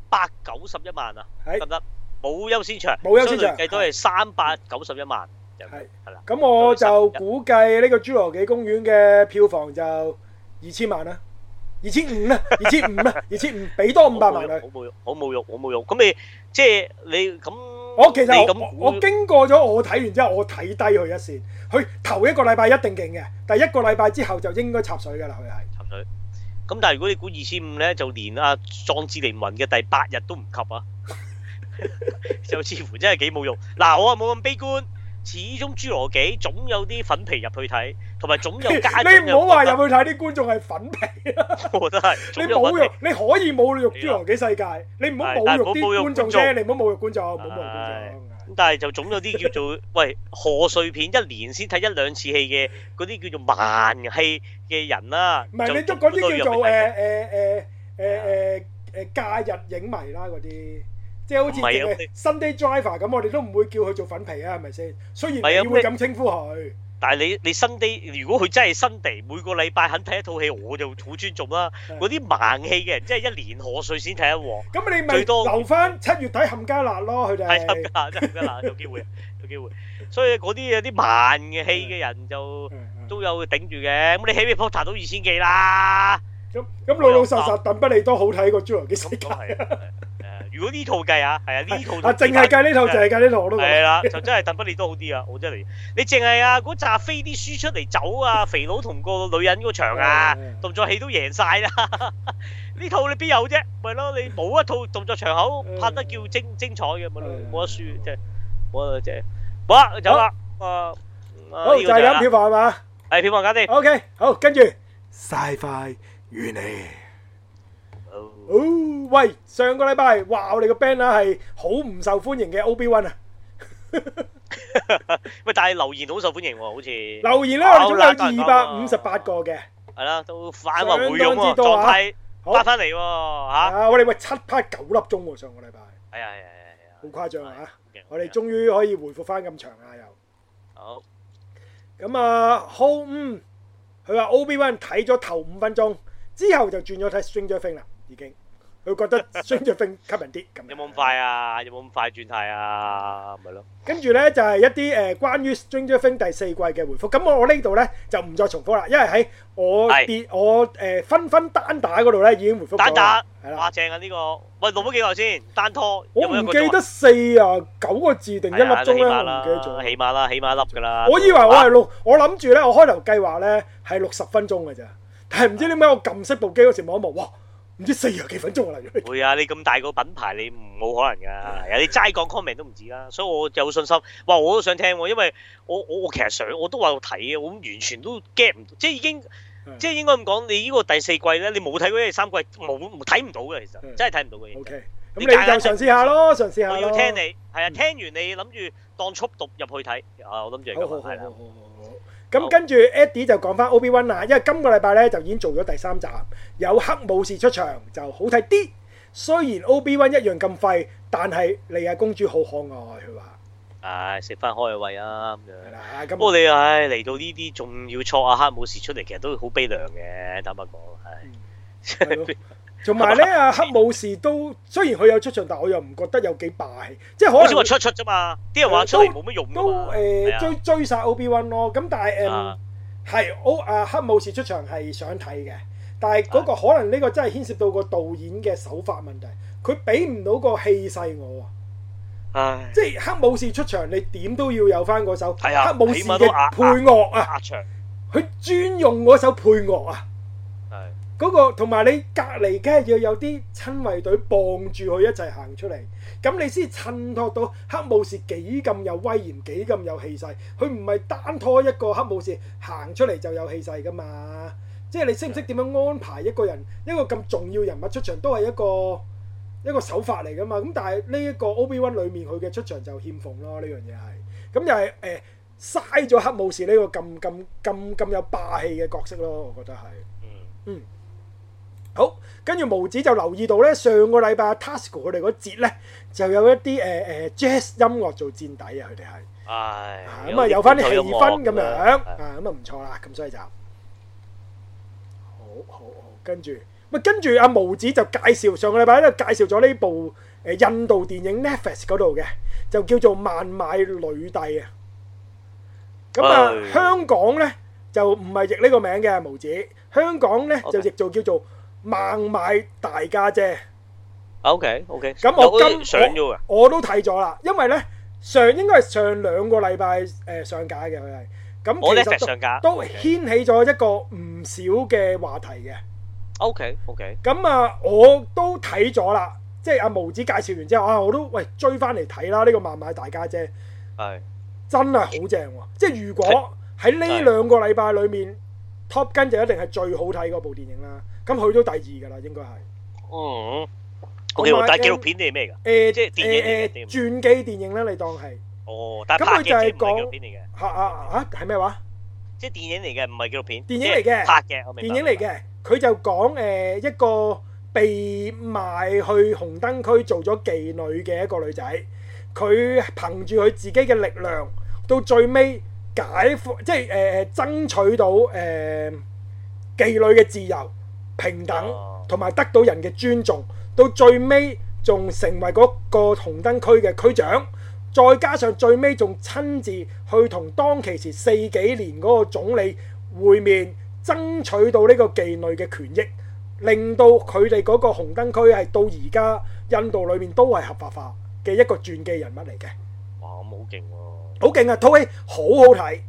A: 百九十一萬啊，
B: 係
A: 得唔得？冇優先場，
B: 冇優先場
A: 計都係三百九十一萬，
B: 係
A: 係啦，
B: 咁我就估計呢個侏羅紀公園嘅票房就二千萬啦，二千五啦，二千五啦，二千五，俾多五百萬佢
A: 好。冇用，好冇用，好冇用。咁你即係你咁，
B: 我其實
A: 你
B: 我
A: 咁
B: 我我
A: 估
B: 經過咗我睇完之後，我睇低佢一線。佢頭一個禮拜一定勁嘅，第一個禮拜之後就應該插水㗎啦。佢係
A: 沉水。咁但係如果你估二千五咧，就連阿壯志凌雲嘅第八日都唔及啊！ *laughs* 就似乎真係幾冇用。嗱，我啊冇咁悲觀，始終侏羅紀總有啲粉皮入去睇，同埋總有家長
B: *laughs* 你唔好話
A: 有，
B: 入去睇啲觀眾係粉皮啦，
A: *laughs* 我覺得係
B: 你
A: 總有
B: 侮
A: 粉
B: 辱
A: 皮。
B: 你可以侮辱侏羅紀世界，你唔好侮辱啲觀眾啫，你唔好侮辱觀眾，唔好侮辱觀眾。
A: 咁但係就總有啲叫做 *laughs* 喂賀歲片一年先睇一兩次戲嘅嗰啲叫做慢戲嘅人啦，
B: 唔係
A: 就
B: 你都
A: 總
B: 嗰啲叫
A: 都
B: 做
A: 要入
B: 誒
A: 去睇
B: 誒誒誒誒誒假日影迷啦嗰啲，即係好似
A: 唔係啊
B: 淨係 Sunday Driver 咁，我哋都唔會叫佢做粉皮啊，係咪先？雖
A: 唔係啊
B: 然你會
A: 咩
B: 咁稱呼佢，
A: 但係你你新地，如果佢真係新地，每個禮拜肯睇一套戲，我就好尊重啦。
B: 係
A: 嗰啲盲戲嘅人，即係一年賀歲先睇一鑊，
B: 咁你咪
A: 最多
B: 留翻七月睇冚家辣咯，佢
A: 係
B: 哋
A: 得。啦，得啦，有機會，啊有機會。所以嗰啲有啲盲嘅戲嘅人
B: 嗯
A: 就都有頂住嘅。咁你 Harry Potter 都二千幾啦，
B: 咁咁老老實實，鄧不利多好睇過侏羅紀世
A: 咁
B: 界
A: 咁。係
B: *laughs*
A: 誒。如果呢套計啊，係啊，呢套
B: 啊，淨係計呢套，淨係計呢套，我都覺
A: 係啊
B: 得。
A: 啦，就真係鄧不利多好啲啊！我真係嚟，你淨係啊嗰扎飛啲書出嚟走啊， *laughs* 肥佬同個女人嗰場啊
B: 係，
A: 動作戲都贏晒啦！ *laughs* 呢套你邊有啫？咪咯，你冇一套動作場口拍得叫精精彩嘅，咪咯
B: 嗯係啊
A: 冇得輸，即係冇得即係冇啦，走啦！啊，
B: 好就係咁票房係嘛
A: 係票房搞掂。
B: ？OK，好，跟住晒快與你。哦，喂，上個禮拜話我哋個 band 啊係好唔受歡迎嘅 OB
A: *laughs*
B: One 啊，
A: *laughs* 喂，但係留言好受歡迎喎，好似
B: 留言咧我哋
A: 好啦
B: 總共有二百五十八個嘅，
A: 係啦，都反話回
B: 相
A: 勇
B: 當
A: 喎，
B: 之多
A: 狀
B: 啊
A: 態
B: 好
A: 翻翻嚟喎嚇，
B: 啊，我哋喂七 part 九粒鐘喎，上個禮拜
A: 係啊係啊係啊，
B: 好誇張啊！
A: 係
B: 我哋終於可以回復翻咁長啊又，
A: 好。
B: 咁啊好嗯，佢話 OB One 睇咗頭五分鐘，之後就轉咗睇 Stranger Things 啦，已經，佢
A: *laughs*
B: 覺得 Stranger Things 吸引啲咁樣。
A: 有冇咁快啊？有冇咁快轉態啊？咪咯，
B: 跟住咧就係、一啲誒、呃、關於 Stranger Things 第四季嘅回覆。咁我我呢度咧就唔再重複啦，因為喺我
A: 係
B: 跌我誒、呃、分分單打嗰度咧已經回覆
A: 單
B: 咗
A: 打
B: 啦。係啦
A: 哇，正啊！呢個喂錄咗幾耐先？單拖
B: 我
A: 有冇一
B: 唔
A: 個
B: 記得
A: 鐘啊
B: 四啊九個字定一粒
A: 係啊
B: 鐘
A: 起
B: 咧，
A: 碼
B: 我唔
A: 啦
B: 記得咗。
A: 起碼啦，起碼粒㗎啦。啊
B: 我以為我係六，我諗住咧，我開頭計劃咧係六十分鐘㗎咋，但係唔知點解我撳熄部機嗰時望一望，哇，唔知四啊幾分鐘啊！
A: *laughs*
B: 原來
A: 會啊！你咁大個品牌，你唔冇可能㗎。有啲齋講 comment 都唔止啦，所以我有信心。哇！我都想聽喎，因為我我我其實想我都話我睇嘅，我完全都 get 唔到，即係已經
B: 嗯
A: 即係應該咁講。你呢個第四季咧，你冇睇嗰啲三季冇睇唔到嘅，其實
B: 嗯
A: 真係睇唔到嘅。
B: OK，咁
A: 你
B: 你
A: 大家
B: 就嘗試下咯，嘗試下
A: 我
B: 咯。
A: 要聽你，係啊，聽完你諗住當速讀入去睇啊，我諗住係
B: 好好
A: 咁
B: 好
A: 啊，係
B: 好好
A: 啦，
B: 好。咁跟住 Eddie 就講翻 Obi Wan 啦，因為今個禮拜咧就已經做咗第三集，有黑武士出場就好睇啲。雖然 Obi Wan 一樣咁廢，但係莉亞公主好可愛，佢話
A: 唉，食翻開胃啊咁
B: 係
A: 樣。
B: 啦。
A: 不過
B: 咁
A: 你唉嚟到呢啲仲要錯啊黑武士出嚟，其實都好悲涼嘅，坦白講係。
B: 係咯同埋咧，阿黑武士都雖然佢有出場，但我又唔覺得有幾霸氣，即係
A: 好
B: 可
A: 似話
B: 能
A: 出出啫嘛，啲人話出嚟冇乜用㗎
B: 都
A: 嘛。係
B: 誒
A: 啊
B: 追追殺 Obi Wan 咯。咁但係誒
A: 啊
B: 係 O 啊黑武士出場係想睇嘅，但係
A: 啊
B: 嗰個可能呢個真係牽涉到個導演嘅手法問題，佢俾唔到個氣勢我啊。
A: 唉，
B: 即係黑武士出場，你點都要有翻嗰首
A: 係啊
B: 黑武士
A: 起碼都壓
B: 嘅配樂啊，
A: 壓場
B: 佢專用嗰首配樂啊，
A: 係
B: 嗰、個同埋你隔離梗係要有啲親衛隊傍住佢一齊行出嚟，咁你先襯托到黑武士幾咁有威嚴，幾咁有氣勢。佢唔係單拖一個黑武士行出嚟就有氣勢噶嘛，即係你識唔識點樣安排一個人一個咁重要人物出場，都係一個一個手法嚟噶嘛。咁但係呢一個 Obi Wan 裡面佢嘅出場就欠奉咯，呢樣嘢係咁又係誒嘥咗黑武士呢個咁咁咁咁有霸氣嘅角色咯，我覺得係。
A: 嗯
B: 嗯好，跟住無子就留意到咧，上個禮拜 Tasco 佢哋嗰節咧就有一啲誒誒 jazz 音樂做墊底啊，佢哋係。
A: 唉，
B: 啊咁啊有翻啲氣
A: 有
B: 氛咁樣，
A: 係
B: 啊咁啊唔錯啦，咁所以就好好好，跟住喂跟住阿毛子就介紹上個禮拜咧介紹咗呢部誒印度電影 Netflix 嗰度嘅，就叫做《萬買女帝》啊。咁啊，
A: 唉
B: 香港咧就唔係譯呢個名嘅毛子，香港咧
A: OK
B: 就譯做叫做孟買大家姐。
A: OK OK，
B: 咁我今
A: 上咗㗎，
B: 我都睇咗啦，因為咧上應該係上兩個禮拜誒上架嘅佢係，
A: 我
B: 咁其
A: Netflix
B: 實
A: 上架
B: 都都掀起咗一個唔少嘅話題嘅。
A: OK OK，
B: 咁啊，我都睇咗啦，即係阿毛子介紹完之後啊，我都喂追翻嚟睇啦，呢、個漫買大家姐
A: 係
B: 真係好正喎！即係如果喺呢兩個禮拜裡面，Top Gun 就一定係最好睇嗰部電影啦。咁佢都第二㗎啦，應該係。
A: 嗯。OK，喎但係紀錄片定係咩㗎？
B: 誒
A: 即係電影嚟嘅
B: 誒誒傳記電影啦，你當係
A: 哦，但係
B: 咁佢
A: 拍
B: 就係
A: 嘅啫，唔係紀錄
B: 講
A: 片嚟嘅，
B: 嚇啊嚇係咩話？
A: 即係電影嚟嘅，唔係紀錄片。
B: 電影嚟嘅
A: 即係啊拍嘅，我明白。
B: 電影嚟嘅，佢就講誒、呃一個被賣去紅燈區做咗妓女嘅一個女仔，佢憑住佢自己嘅力量，到最尾解放，即係誒、呃、爭取到誒、呃、妓女嘅自由、平等
A: 哦，
B: 同埋得到人嘅尊重，到最尾仲成為嗰個紅燈區嘅區長。再加上最尾仲親自去同當其時四幾年嗰個總理會面，爭取到呢個妓女嘅權益，令到佢哋嗰個紅燈區係到而家印度裏面都係合法化嘅一個傳記人物嚟嘅，
A: 哇，咁好勁喎！
B: 好勁啊！套戲好好睇，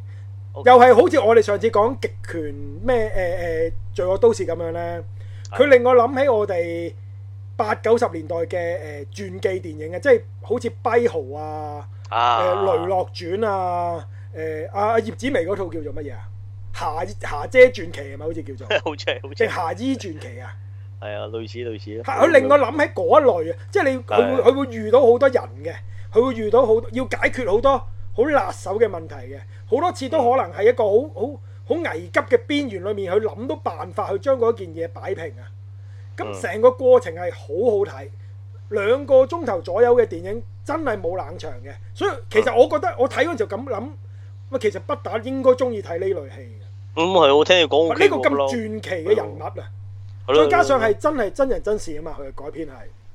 A: 好
B: 又係好似我哋上次講極權咩誒誒罪惡都市咁樣呢。
A: 係
B: 佢令我諗起我哋八九十年代嘅誒、呃、傳記電影嘅，即係好似跛豪啊。誒
A: 啊，
B: 《雷洛傳》啊，誒阿阿葉子楣嗰套叫做乜嘢啊？霞霞姐傳奇係咪好似
A: *laughs*
B: 叫做？
A: 好正好
B: 定
A: 正，
B: 霞姨傳奇啊？
A: 係啊，類似類似啦。
B: 嚇佢令我諗起嗰一類啊，即係你佢
A: 係
B: 會佢會遇到好多人嘅，佢會遇到好要解決好多好辣手嘅問題嘅，好多次都可能係一個好好好危急嘅邊緣裏面，去諗到辦法去將嗰件嘢擺平啊！咁
A: 嗯
B: 成個過程係好好睇，兩個鐘頭左右嘅電影真係冇冷場嘅，所以其實我覺得我睇嗰陣就咁諗，喂，其實不打應該中意睇呢類戲嘅，
A: 咁嗯係我聽你講 OK
B: 呢個
A: 喎
B: 咁
A: 不嬲
B: 傳奇嘅人物啊，
A: 好啦
B: 再加上係真係真人真事啊嘛，佢嘅改編係。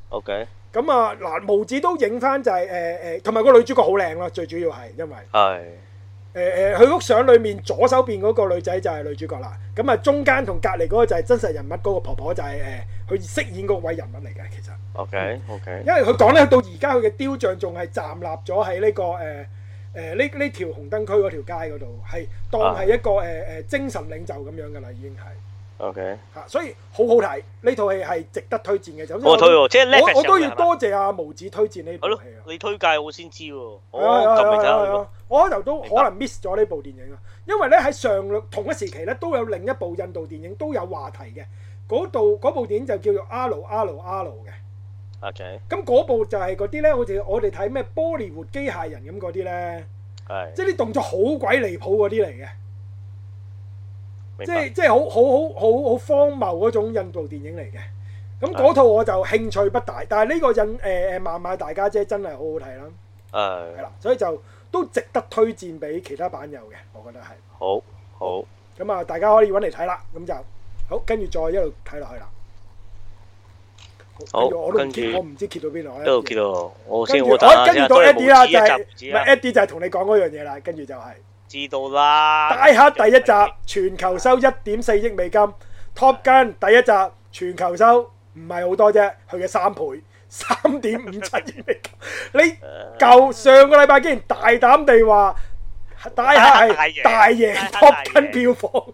A: OK
B: 咁啊，嗱，毛子都影翻就係誒誒，同埋個女主角好靚啦，最主要係因為
A: 係
B: 誒誒，佢幅相裏面左手邊嗰個女仔就係女主角啦，咁啊中間同隔離嗰個就係真實人物嗰個婆婆就係誒佢飾演嗰位人物嚟嘅，其實，
A: OK
B: 嗯
A: OK
B: 因為佢講咧到而家佢嘅雕像仲係站立咗喺呢個誒誒呢呢條紅燈區嗰條街嗰度，係當係一個誒誒、精神領袖咁樣噶啦，已經係
A: OK，
B: 嚇，所以好好睇呢套戲係值得推薦嘅，就
A: 我推喎，即係 Netflix
B: 我我都
A: 有
B: 要
A: 㗎
B: 多謝阿毛子推薦呢
A: 係
B: 部
A: 咯
B: 戲啊，。
A: 你推介我先知喎，
B: 係啊係啊
A: 我
B: 係啊
A: 哦咁咪睇下
B: 係
A: 佢
B: 啊我開頭都可
A: 明白
B: 能 miss 咗呢部電影啊，因為咧喺上同一時期咧都有另一部印度電影都有話題嘅，嗰度嗰部電影就叫做《阿盧阿盧阿盧》嘅，
A: 咯
B: 啊
A: OK
B: 咁嗰部就係嗰啲咧，好似我哋睇咩玻璃活機械人咁嗰啲咧，
A: 係
B: 即係啲動作好鬼離譜嗰啲嚟嘅，
A: 明
B: 即
A: 白
B: 係即係好好好好好荒謬嗰種印度電影嚟嘅。咁嗰套我就興趣不大，但係呢個印誒誒漫漫大家姐真係好好睇啦，係
A: 係
B: 啦，所以就都值得推薦俾其他版友嘅，我覺得係。
A: 好好
B: 咁啊，大家可以揾嚟睇啦。咁就好，跟住再一路睇落去啦。
A: 好
B: 跟住我都唔
A: 跟
B: 知
A: 住
B: 我唔知揭到邊度。
A: 一路見到我
B: 跟
A: 先
B: 住
A: 我等
B: 哎
A: 下
B: 跟住
A: 先啊
B: 到
A: 都係
B: Eddie 啦，就係
A: 無知一
B: 唔
A: 集唔知
B: 係
A: 啊
B: Eddie 就係同你講嗰樣嘢啦。跟住就係
A: 知道啦。
B: 大黑第一集全球收一點四億美金，Top Gun 第一集全球收唔係好多啫，佢嘅三倍，三點五七億美金。你舊上個禮拜竟然大膽地話大黑係大
A: 大
B: 贏
A: 贏
B: Top
A: 大
B: Gun
A: 贏
B: 票房，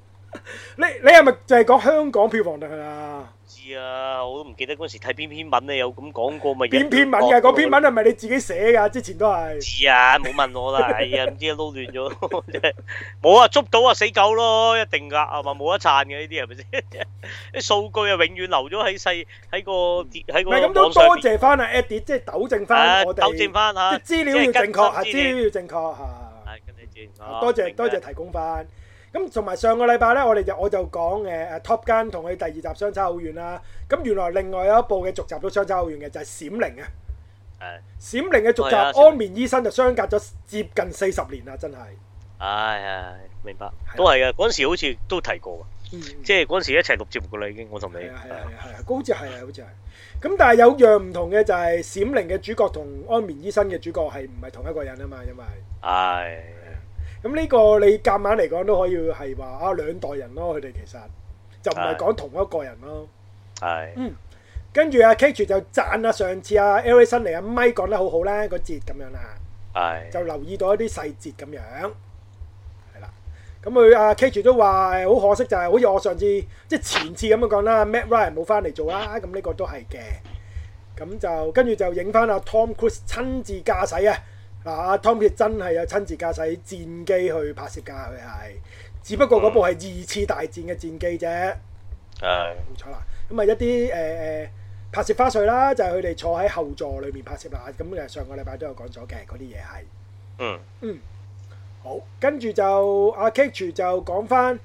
B: 你你係咪就係講香港票房得㗎啦？
A: 知啊，我都唔記得嗰時睇邊篇文你有咁講過咪日
B: 邊
A: 日
B: 篇文
A: 講
B: 㗎？嗰篇文係咪你自己寫㗎？之前都係。
A: 知啊，冇問我啦，哎呀，唔知撈亂咗，真係冇啊，捉到啊死狗咯，一定噶，係嘛，冇得撐嘅呢啲係咪先？ *laughs* 啲數據啊，永遠留咗喺細喺個喺
B: 唔
A: 個
B: 係咁都
A: 網
B: 多
A: 上邊
B: 謝翻啊 Eddie，即係糾正翻
A: 啊
B: 我哋，
A: 糾正翻嚇，
B: 即係資料要正確，啊
A: 即係
B: 資
A: 跟
B: 料要正確嚇。
A: 係跟你轉，哦
B: 多謝
A: 明白
B: 多謝提供翻。咁咁同埋上個禮拜咧，我哋就我就講誒誒 Top Gun 同佢第二集相差好遠啦。咁原來另外有一部嘅續集都相差好遠嘅，就係、閃靈啊！
A: 誒，
B: 閃靈嘅續
A: 係
B: 集
A: 啊
B: 安眠醫生就相隔咗接近四十年啦，真係。
A: 唉唉，明白，都係嘅。嗰陣時好似都提過㗎，
B: 嗯
A: 即係嗰陣時一齊錄節目㗎啦，已經。我同你
B: 係啊係啊係啊係啊，好似係啊好似係。咁但係有樣唔同嘅就係《閃靈》嘅主角同《安眠醫生》嘅主角係唔係同一個人啊嘛，因為啊
A: 唉，
B: 咁呢個你夾硬嚟講都可以係話啊兩代人咯，佢哋其實就唔係講同一個人咯。
A: 唉，
B: 跟住阿 K 就讚啊，上次阿 L A 新嚟阿 Mike 講得好好啦，個節咁樣啦，
A: 唉，
B: 就留意到一啲細節咁樣，係啦。咁佢阿 K 都話誒好可惜就係好似我上次即係前次咁樣講啦，Matt Ryan 冇翻嚟做啦，咁呢個都係嘅。咁就跟住就影翻阿 Tom Cruise 親自駕駛啊！嗱，阿 Tom Cruise 真係有親自駕駛戰機去拍攝㗎，佢係，只不過嗰部係二次大戰嘅戰機啫。
A: 唉，
B: 冇錯啦。咁啊一啲誒誒拍攝花絮啦，就係佢哋坐喺後座裏面拍攝啦。咁誒上個禮拜都有講咗嘅嗰啲嘢係。
A: 嗯，
B: 嗯，好，跟住就阿 K 就講翻，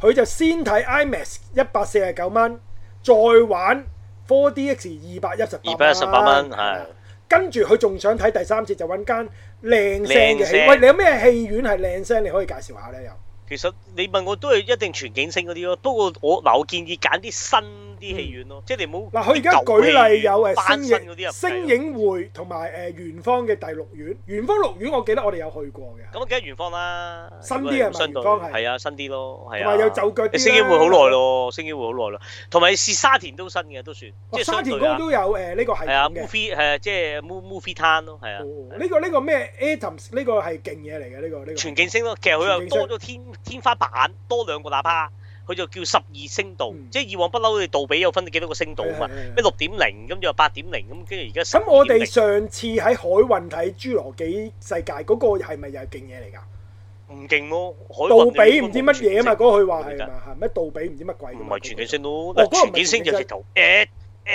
B: 佢就先睇 IMAX 一百四十九蚊，再玩 4DX 二百一十八
A: 218蚊係
B: 跟住佢仲想睇第三節，就揾間靚聲嘅
A: 靚
B: 戲。
A: 聲
B: 喂，你有咩戲院係靚聲？你可以介紹下呢？又
A: 其實你問我都係一定全景聲嗰啲咯。不過我嗱，我建議揀啲新啲戲院咯，即係你唔好
B: 嗯嗱，佢而家
A: 啲舊
B: 舉
A: 戲
B: 例
A: 院
B: 有誒
A: 翻
B: 星
A: 新嗰啲
B: 影
A: 啊，
B: 星影匯同埋誒元芳嘅第六院，元芳六院我記得我哋有去過嘅，
A: 咁啊，梗係元芳啦，
B: 新啲啊係嘛
A: 相對
B: 元芳係
A: 係啊，新啲咯，係啊。
B: 同埋有就腳啲啦
A: 你升機會好耐咯，升機會好耐咯。同埋是沙田都新嘅，都算
B: 哦
A: 即係
B: 沙
A: 相
B: 田
A: 對
B: 哥
A: 啊。
B: 都有誒呢個係
A: 係啊
B: 統嘅。
A: ，movie 係啊即係 mo- movie town 咯，係啊。
B: 哦呢個呢個咩 Atoms 呢個係勁嘢嚟嘅呢個呢個。
A: 全景聲咯，其實佢
B: 全
A: 又
B: 景
A: 多
B: 聲
A: 咗天天花板，多兩個喇叭，佢就叫十二聲道
B: 嗯，
A: 即係以往不嬲你杜比有分幾多個聲道啊嘛，
B: 係係係係
A: 咩六點零咁就八點零咁，跟住而家
B: 咁我哋
A: 12.0
B: 上次喺海運睇《侏羅紀世界》嗰個係咪又係勁嘢嚟㗎？
A: 唔勁咯，海運
B: 杜比
A: 你
B: 唔知乜嘢啊嘛，嗰個佢話
A: 我記
B: 係
A: 得
B: 嘛係咩杜比唔知乜鬼㗎
A: 唔
B: 嘛。
A: 係全景聲咯，
B: 嗰個
A: 嗱
B: 唔係
A: 全景聲就直頭 at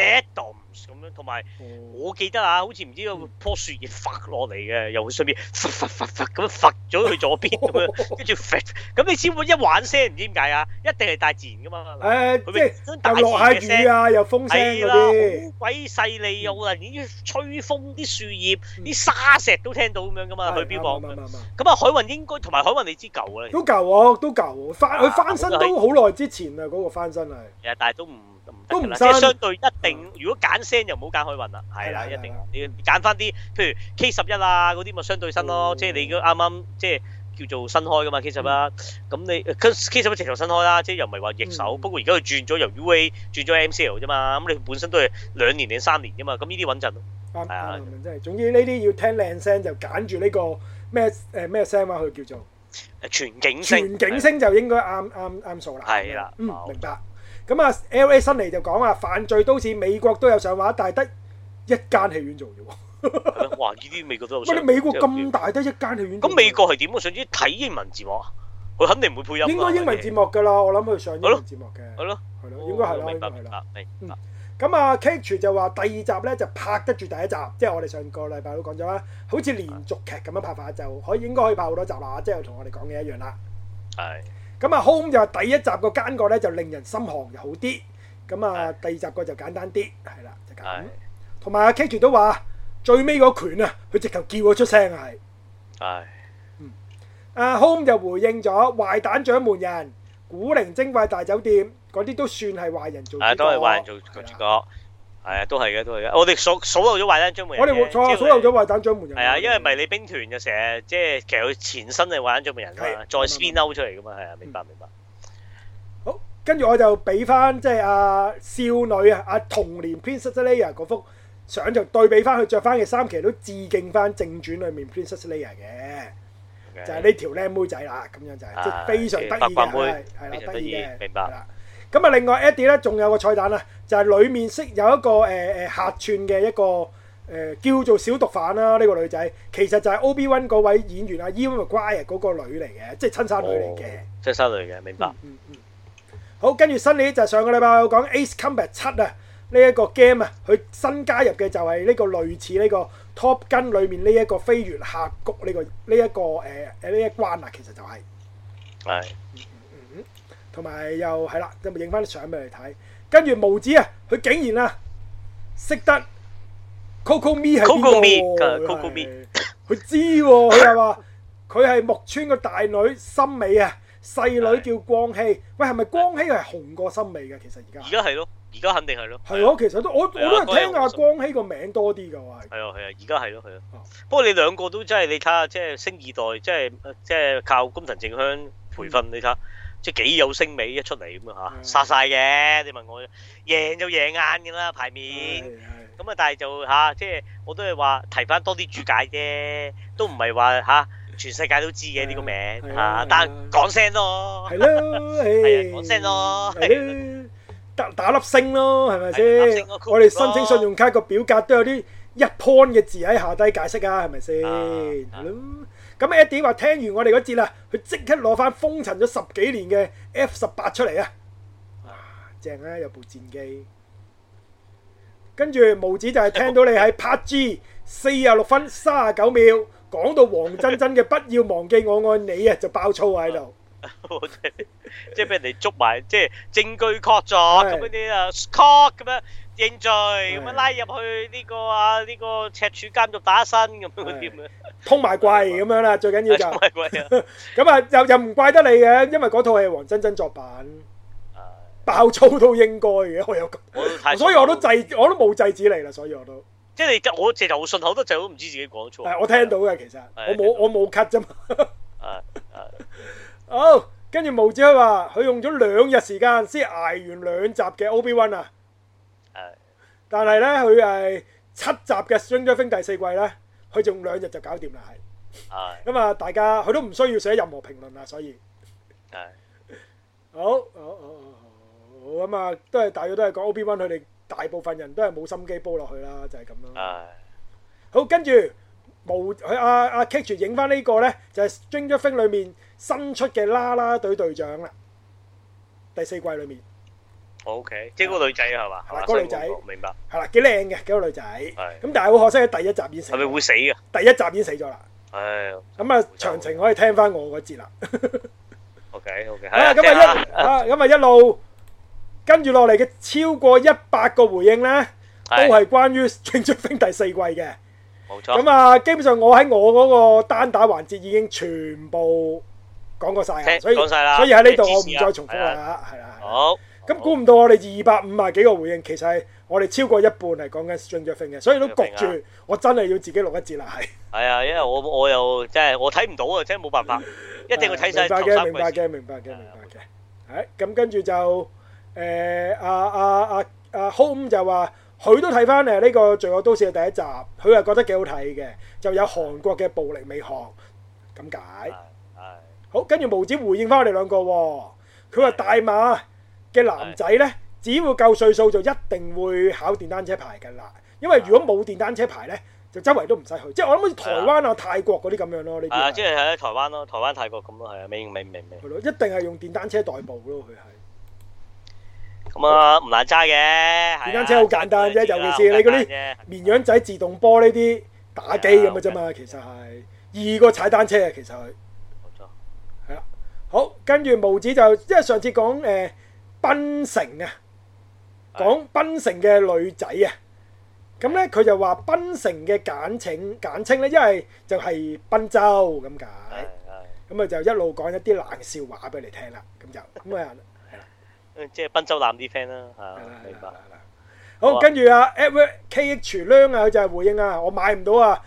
A: atoms 咁樣，同埋。
B: 哦。
A: 我記得啊，好似唔知有樖樹葉發落嚟嘅，由佢上邊發發發發咁樣發咗去左邊咁
B: *laughs*
A: 樣，跟住發咁你知唔知一玩聲唔知點解啊？一定係大自然噶嘛。
B: 誒，
A: 佢
B: 即
A: 咪
B: 係
A: 將大
B: 又
A: 自
B: 落下
A: 然嘅
B: 雨
A: 聲
B: 啊，又風聲
A: 係
B: 嗰
A: 啦，
B: 啲。嗯
A: 好鬼細利又能已吹風啲樹葉、啲沙石都聽到咁樣噶嘛，去標榜
B: 啱啱啱啱
A: 咁啊，海運應該同埋海運你知舊啦，
B: 都舊我，都舊我翻
A: 啊
B: 佢翻身都好耐之前啦，嗰、個翻身係
A: 其實但係都唔唔得
B: 都
A: 㗎
B: 唔
A: 啦，即
B: 生
A: 係相對一定，如果揀聲就唔好揀海運啦，係啦，
B: 係啦
A: 一定
B: 係啦
A: 你你揀翻啲，譬如 K 十一啊嗰啲咪相對新
B: 哦
A: 咯，即係你啱啱即係叫做新開噶嘛 K 十一，咁你 K 十一直頭新開啦，即係又唔係話逆手，
B: 嗯
A: 不過而家佢轉咗由 UA 轉咗 MCL 啫嘛，咁你本身都係兩年定三年啫嘛，咁呢啲穩陣咯，
B: 啱
A: 係啊
B: 啱真係。總之呢啲要聽靚聲就揀住呢個咩誒咩聲話佢叫做
A: 全景聲，
B: 全景聲就應該啱啱啱數啦。
A: 係啦
B: 嗯
A: 冇錯
B: 明白。咁啊，L.A. 辛尼就講啊，犯罪都市美國都有上畫，但係得一間戲院做啫喎。
A: 係咯哇！呢啲美國都有上，
B: 喂，你美國
A: 真係唔知
B: 咁大得一間戲院做，
A: 咁美國係點？我想知睇英文字幕啊，佢肯定唔會配音㗎
B: 應該英文字幕㗎啦，我諗佢上英文字幕嘅，
A: 係咯，哦
B: 係咯，應該係啦，應
A: 明
B: 該
A: 白
B: 係
A: 明
B: 啦。
A: 白明白。
B: 咁啊 c a t c h 就話第二集咧就拍得住第一集，即係我哋上個禮拜都講咗啦，好似連續劇咁樣拍法就可以應該可以拍好多集啦，即係同我哋講嘅一樣啦。
A: 係
B: 咁啊，Home 就話第一集個奸角咧就令人心寒，就好啲。咁啊，第二集個就簡單啲，係啦，就咁
A: 係。
B: 同埋阿 c a t c h 都話最尾嗰拳啊，佢直頭叫咗出聲啊係。
A: 係
B: 啊，Home 就回應咗壞蛋掌門人、古靈精怪大酒店嗰啲都算係壞人做主角。
A: 係啊都係壞人做做主
B: 係啦
A: 角，係啊，都係嘅，都係嘅。我哋數數漏咗壞人張門
B: 我
A: 人
B: 哋
A: 嘅，
B: 冇錯，啊
A: 即
B: 所
A: 係
B: 有咗壞蛋掌門人。
A: 係啊，因為迷你兵團就成日即係其實佢前身係壞人張門人啊嘛，
B: 係嗯
A: 再 spin out 出嚟噶嘛，係啊，明白明白。
B: 好，跟住我就俾翻即係阿少女啊，阿童年 Princess Leia 嗰幅相就對比翻佢着翻嘅衫，其實都致敬翻正傳裏面 Princess Leia 嘅，嗯就係呢條靚妹仔啦，咁樣就係即係
A: 啊
B: 非常得意
A: 白
B: 嘅，
A: 裙妹非
B: 係係啦，
A: 常
B: 得意
A: 得
B: 嘅，
A: 意明白
B: 係啦。咁啊，另外 Eddie 咧仲有個彩蛋啦，就係裡面識有一個誒誒客串嘅一個誒叫做小毒販啦，呢個女仔其實就係 Obi Wan 嗰位演員啊 Ewan McGregor 嗰個女嚟嘅，即係親生女嚟
A: 哦
B: 嘅。
A: 即係收女嘅，明白。
B: 嗯嗯，好，跟住新年就上個禮拜我講 Ace Combat 七啊，呢一個 game 啊，佢新加入嘅就係呢個類似呢個 Top Gun 裏面呢一個飛越峽谷呢、個呢一、個誒誒呢一關啊，其實就係、
A: 係
B: 同埋又係啦，咁咪影翻啲相俾你睇。跟住無子啊，佢竟然啊識得 Coco Me 係
A: Coco
B: 邊
A: Me，
B: 個
A: 啊
B: 喎？
A: ，Coco
B: 佢係佢知喎，佢又話佢係木村個大女森美啊，細女叫光希。喂，係咪光希係紅過森美嘅？其實而
A: 而
B: 家
A: 家係咯，而家肯定係咯。
B: 係咯，其實都我我
A: 係啊
B: 都係聽
A: 光
B: 阿
A: 希
B: 光希個名多啲㗎，我係。
A: 係啊係啊，而家係咯係啊
B: 哦。
A: 不過你兩個都真係你睇下，即係星二代，即係呃即係靠工藤靜香培訓，你睇下即係幾有星味一出嚟咁啊
B: 嗯
A: 嚇，殺晒嘅。你問我贏就贏硬嘅啦，牌面。
B: 係係
A: 咁啊，但係就吓，即係我都係話提翻多啲注解啫，都唔係話吓全世界都知嘅呢個名嚇，
B: 係啊係啊
A: 啊但係講聲咯
B: 係，咯，
A: 係
B: 係
A: 啊講聲咯
B: 係咯，打打粒星咯，係咪
A: 係打
B: 先
A: 星咯？cool
B: 我哋申請信用卡個表格都有啲一 point 嘅字喺下低解釋啊，係咪先？
A: 啊啊
B: 係咯。咁 Eddie 話聽完我哋嗰節啦，佢即刻攞翻封塵咗十幾年嘅 F 十八出嚟啊！哇，正啊，有部戰機。跟住毛子就係聽到你喺 Part G 四啊六分三啊九秒講到黃真真嘅不要忘記我愛你啊，就爆粗喺度。
A: 我真係 *laughs* 即係俾人哋捉埋，即係證據確鑿
B: 係
A: 咁樣啲啊 cock 咁樣認罪，咁樣拉入去呢個啊呢個赤柱監獄打新咁樣嗰啲咁樣，
B: 通埋櫃咁樣
A: *laughs*
B: 啦，最緊要就
A: 係咪鬼啊？
B: 咁啊，又又唔怪得你啊嘅，因為嗰套係黃真真作品，
A: 啊
B: 爆粗都應該嘅，我有覺，
A: 我都太
B: 所以我都制，我都冇制止你啦，所以我都，
A: 即係你我其實好順口得滯，我都唔知自己講錯。
B: 但係我聽到嘅其實，我冇我冇 cut 啫嘛。 *laughs*
A: 啊啊
B: 好，跟住毛子佢話佢用咗兩日時間先捱完兩集嘅 Obi One 啊，
A: 啊
B: 但係咧佢係七集嘅 Stranger Things 第四季咧，佢仲兩日就搞掂啦，
A: 啊
B: 係咁啊！大家佢都唔需要寫任何評論啦，所以。
A: 啊！
B: 好，好，好，好，好，咁啊，都係大約都係講 Obi One，佢哋大部分人都係冇心機煲落去啦，就係咁啦。
A: 唉，
B: 好，跟住無佢阿阿 K 住影翻呢個咧，就係《Stranger Things》裏面新出嘅啦啦隊隊長啦，第四季裏面
A: 我 OK，即係嗰個女仔啊係嘛？
B: 係啦嗰個女仔
A: 所以我明白，
B: 係啦，幾靚嘅幾個女仔，
A: 係
B: 咁但係好可惜，喺第一集已經死
A: 係咪
B: 咗，
A: 會死嘅？
B: 第一集已經死咗啦。
A: 唉
B: 咁啊，詳情可以聽翻我嗰節啦。
A: ，OK OK，係
B: 啊，
A: 啊，
B: 咁
A: 聽
B: 啊一
A: 下
B: 啊，咁啊一路跟住落嚟嘅超過一百個回應咧。都
A: 係
B: 係關於《Stranger Things》第四季嘅。
A: 冇錯。
B: 咁啊，基本上我喺我嗰個單打環節已經全部講過晒啦，
A: 聽
B: 所以
A: 講晒啦
B: 所以喺呢度
A: 你
B: 我唔
A: 知事啦
B: 再重複
A: 係啊
B: 啦，啊係啦。係啦
A: 好，
B: 咁估唔到我哋二百五啊幾個回應，其實係我哋超過一半係講緊《Stranger Things》嘅，所以都焗
A: Stranger Things 啊
B: 住我真係要自己錄一節啦，係。
A: 係啊，因為我我又真係我睇唔到啊，真係冇辦
B: *laughs*
A: 法，一定要睇晒
B: 明白
A: 頭
B: 嘅，
A: 三
B: 明白
A: 季先。
B: 嘅，明白嘅，明白嘅。係咁，跟住就誒阿阿阿阿 Home 就話佢都睇翻誒呢個《罪惡都市》嘅第一集，佢係覺得幾好睇嘅，就有韓國嘅暴力美學咁解
A: 係。係
B: 好，跟住毛子回應翻我哋兩個喎，佢話大馬嘅男仔呢，只要夠歲數就一定會考電單車牌㗎啦，因為如果冇電單車牌呢，就周圍都唔使去，即係我諗好似台灣啊、泰國嗰啲咁樣咯，呢啲
A: 啊，
B: 係。
A: 即係喺台灣咯，台灣泰國咁咯，係啊，明明
B: *laughs*
A: 明明。
B: 係咯，一定係用電單車代步咯，佢係。
A: 咁啊，唔難揸嘅。係啊
B: 電單車好簡單啫，
A: 知啦
B: 尤其是你嗰
A: 好簡
B: 啲
A: 單啫
B: 綿羊仔自動波呢啲打機咁嘅啫
A: 啊
B: 嘛，其實係易過踩單車嘅，其實佢
A: 冇錯
B: 係啦。好，跟住毛子就因為上次講誒檳城啊，
A: 係
B: 講檳城嘅女仔啊，咁咧佢就話檳城嘅簡稱簡稱咧，因為就係賓州咁
A: 係
B: 解，
A: 係
B: 咁啊就一路講一啲冷笑話俾你聽啦，咁就咁啊。
A: 嗯即係賓州南啲 friend 啦，係
B: 係啦
A: 啊，明
B: 係
A: 白
B: 啦。係啦好，跟住啊，Edward K H 梁啊，佢就係回應啊，我買唔到啊，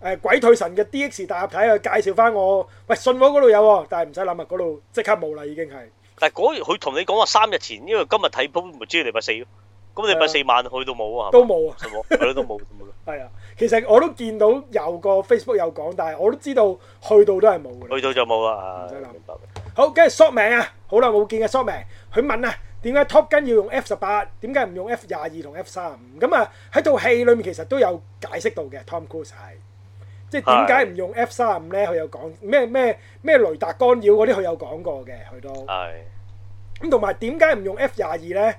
B: 誒鬼退神嘅 D X 大合體啊，介紹翻我，喂信和嗰度有喎，但係唔使諗啊，嗰度即刻冇啦已經係，
A: 但係嗰佢同你講話三日前，因為今日睇鋪咪知禮拜四咯。咁禮拜四晚去到冇啊，係嘛
B: 都冇啊，
A: 係冇，係咯都冇都冇。
B: *laughs* 係啊，其實我都見到有個 Facebook 有講，但係我都知道去到都係冇嘅啦。
A: 去到就冇啦
B: 唔，使
A: 唉
B: 諗
A: 明白。
B: 好，跟住 short 名啊，好耐冇見嘅 short 名，佢問啊，點解 Top Gun 要用 F 十八，點解唔用 F 廿二同 F 三五？咁啊喺套戲裏面其實都有解釋到嘅，Tom Cruise 係，即係點解唔用 F 三五咧？佢有講咩咩咩雷達干擾嗰啲，佢有講過嘅，佢都
A: 係
B: 咁同埋點解唔用 F 廿二咧？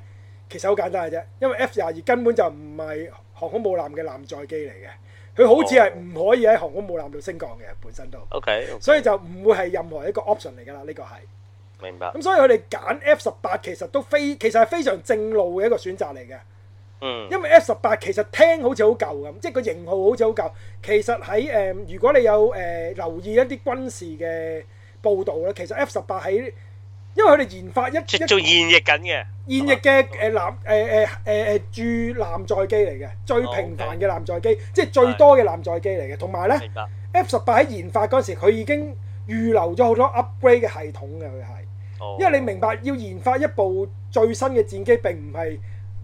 B: 其實好簡單嘅啫，因為 F 廿二根本就唔係航空母艦嘅艦載機嚟嘅，佢好似係唔可以喺航空母艦度升降嘅，本身都，
A: O K，
B: 所以就唔會係任何一個 option 嚟㗎啦。呢、個係。
A: 明白。
B: 咁所以佢哋揀 F 十八其實都非其實係非常正路嘅一個選擇嚟嘅，
A: 嗯，
B: 因為 F 十八其實聽好似好舊咁，即係個型號好似好舊。其實喺誒、呃如果你有誒、呃留意一啲軍事嘅報導咧，其實 F 十八喺因為佢哋研發一
A: 即
B: 一
A: 做現役緊嘅。
B: 現役嘅誒艦誒誒誒誒駐艦載機嚟嘅，最平凡嘅艦載機，即係最多嘅艦載機嚟嘅。同埋咧
A: 明白。
B: F 十八喺研發嗰時，佢已經預留咗好多 upgrade 嘅系統嘅，佢係。
A: 哦。
B: 因為你明白要研發一部最新嘅戰機並唔係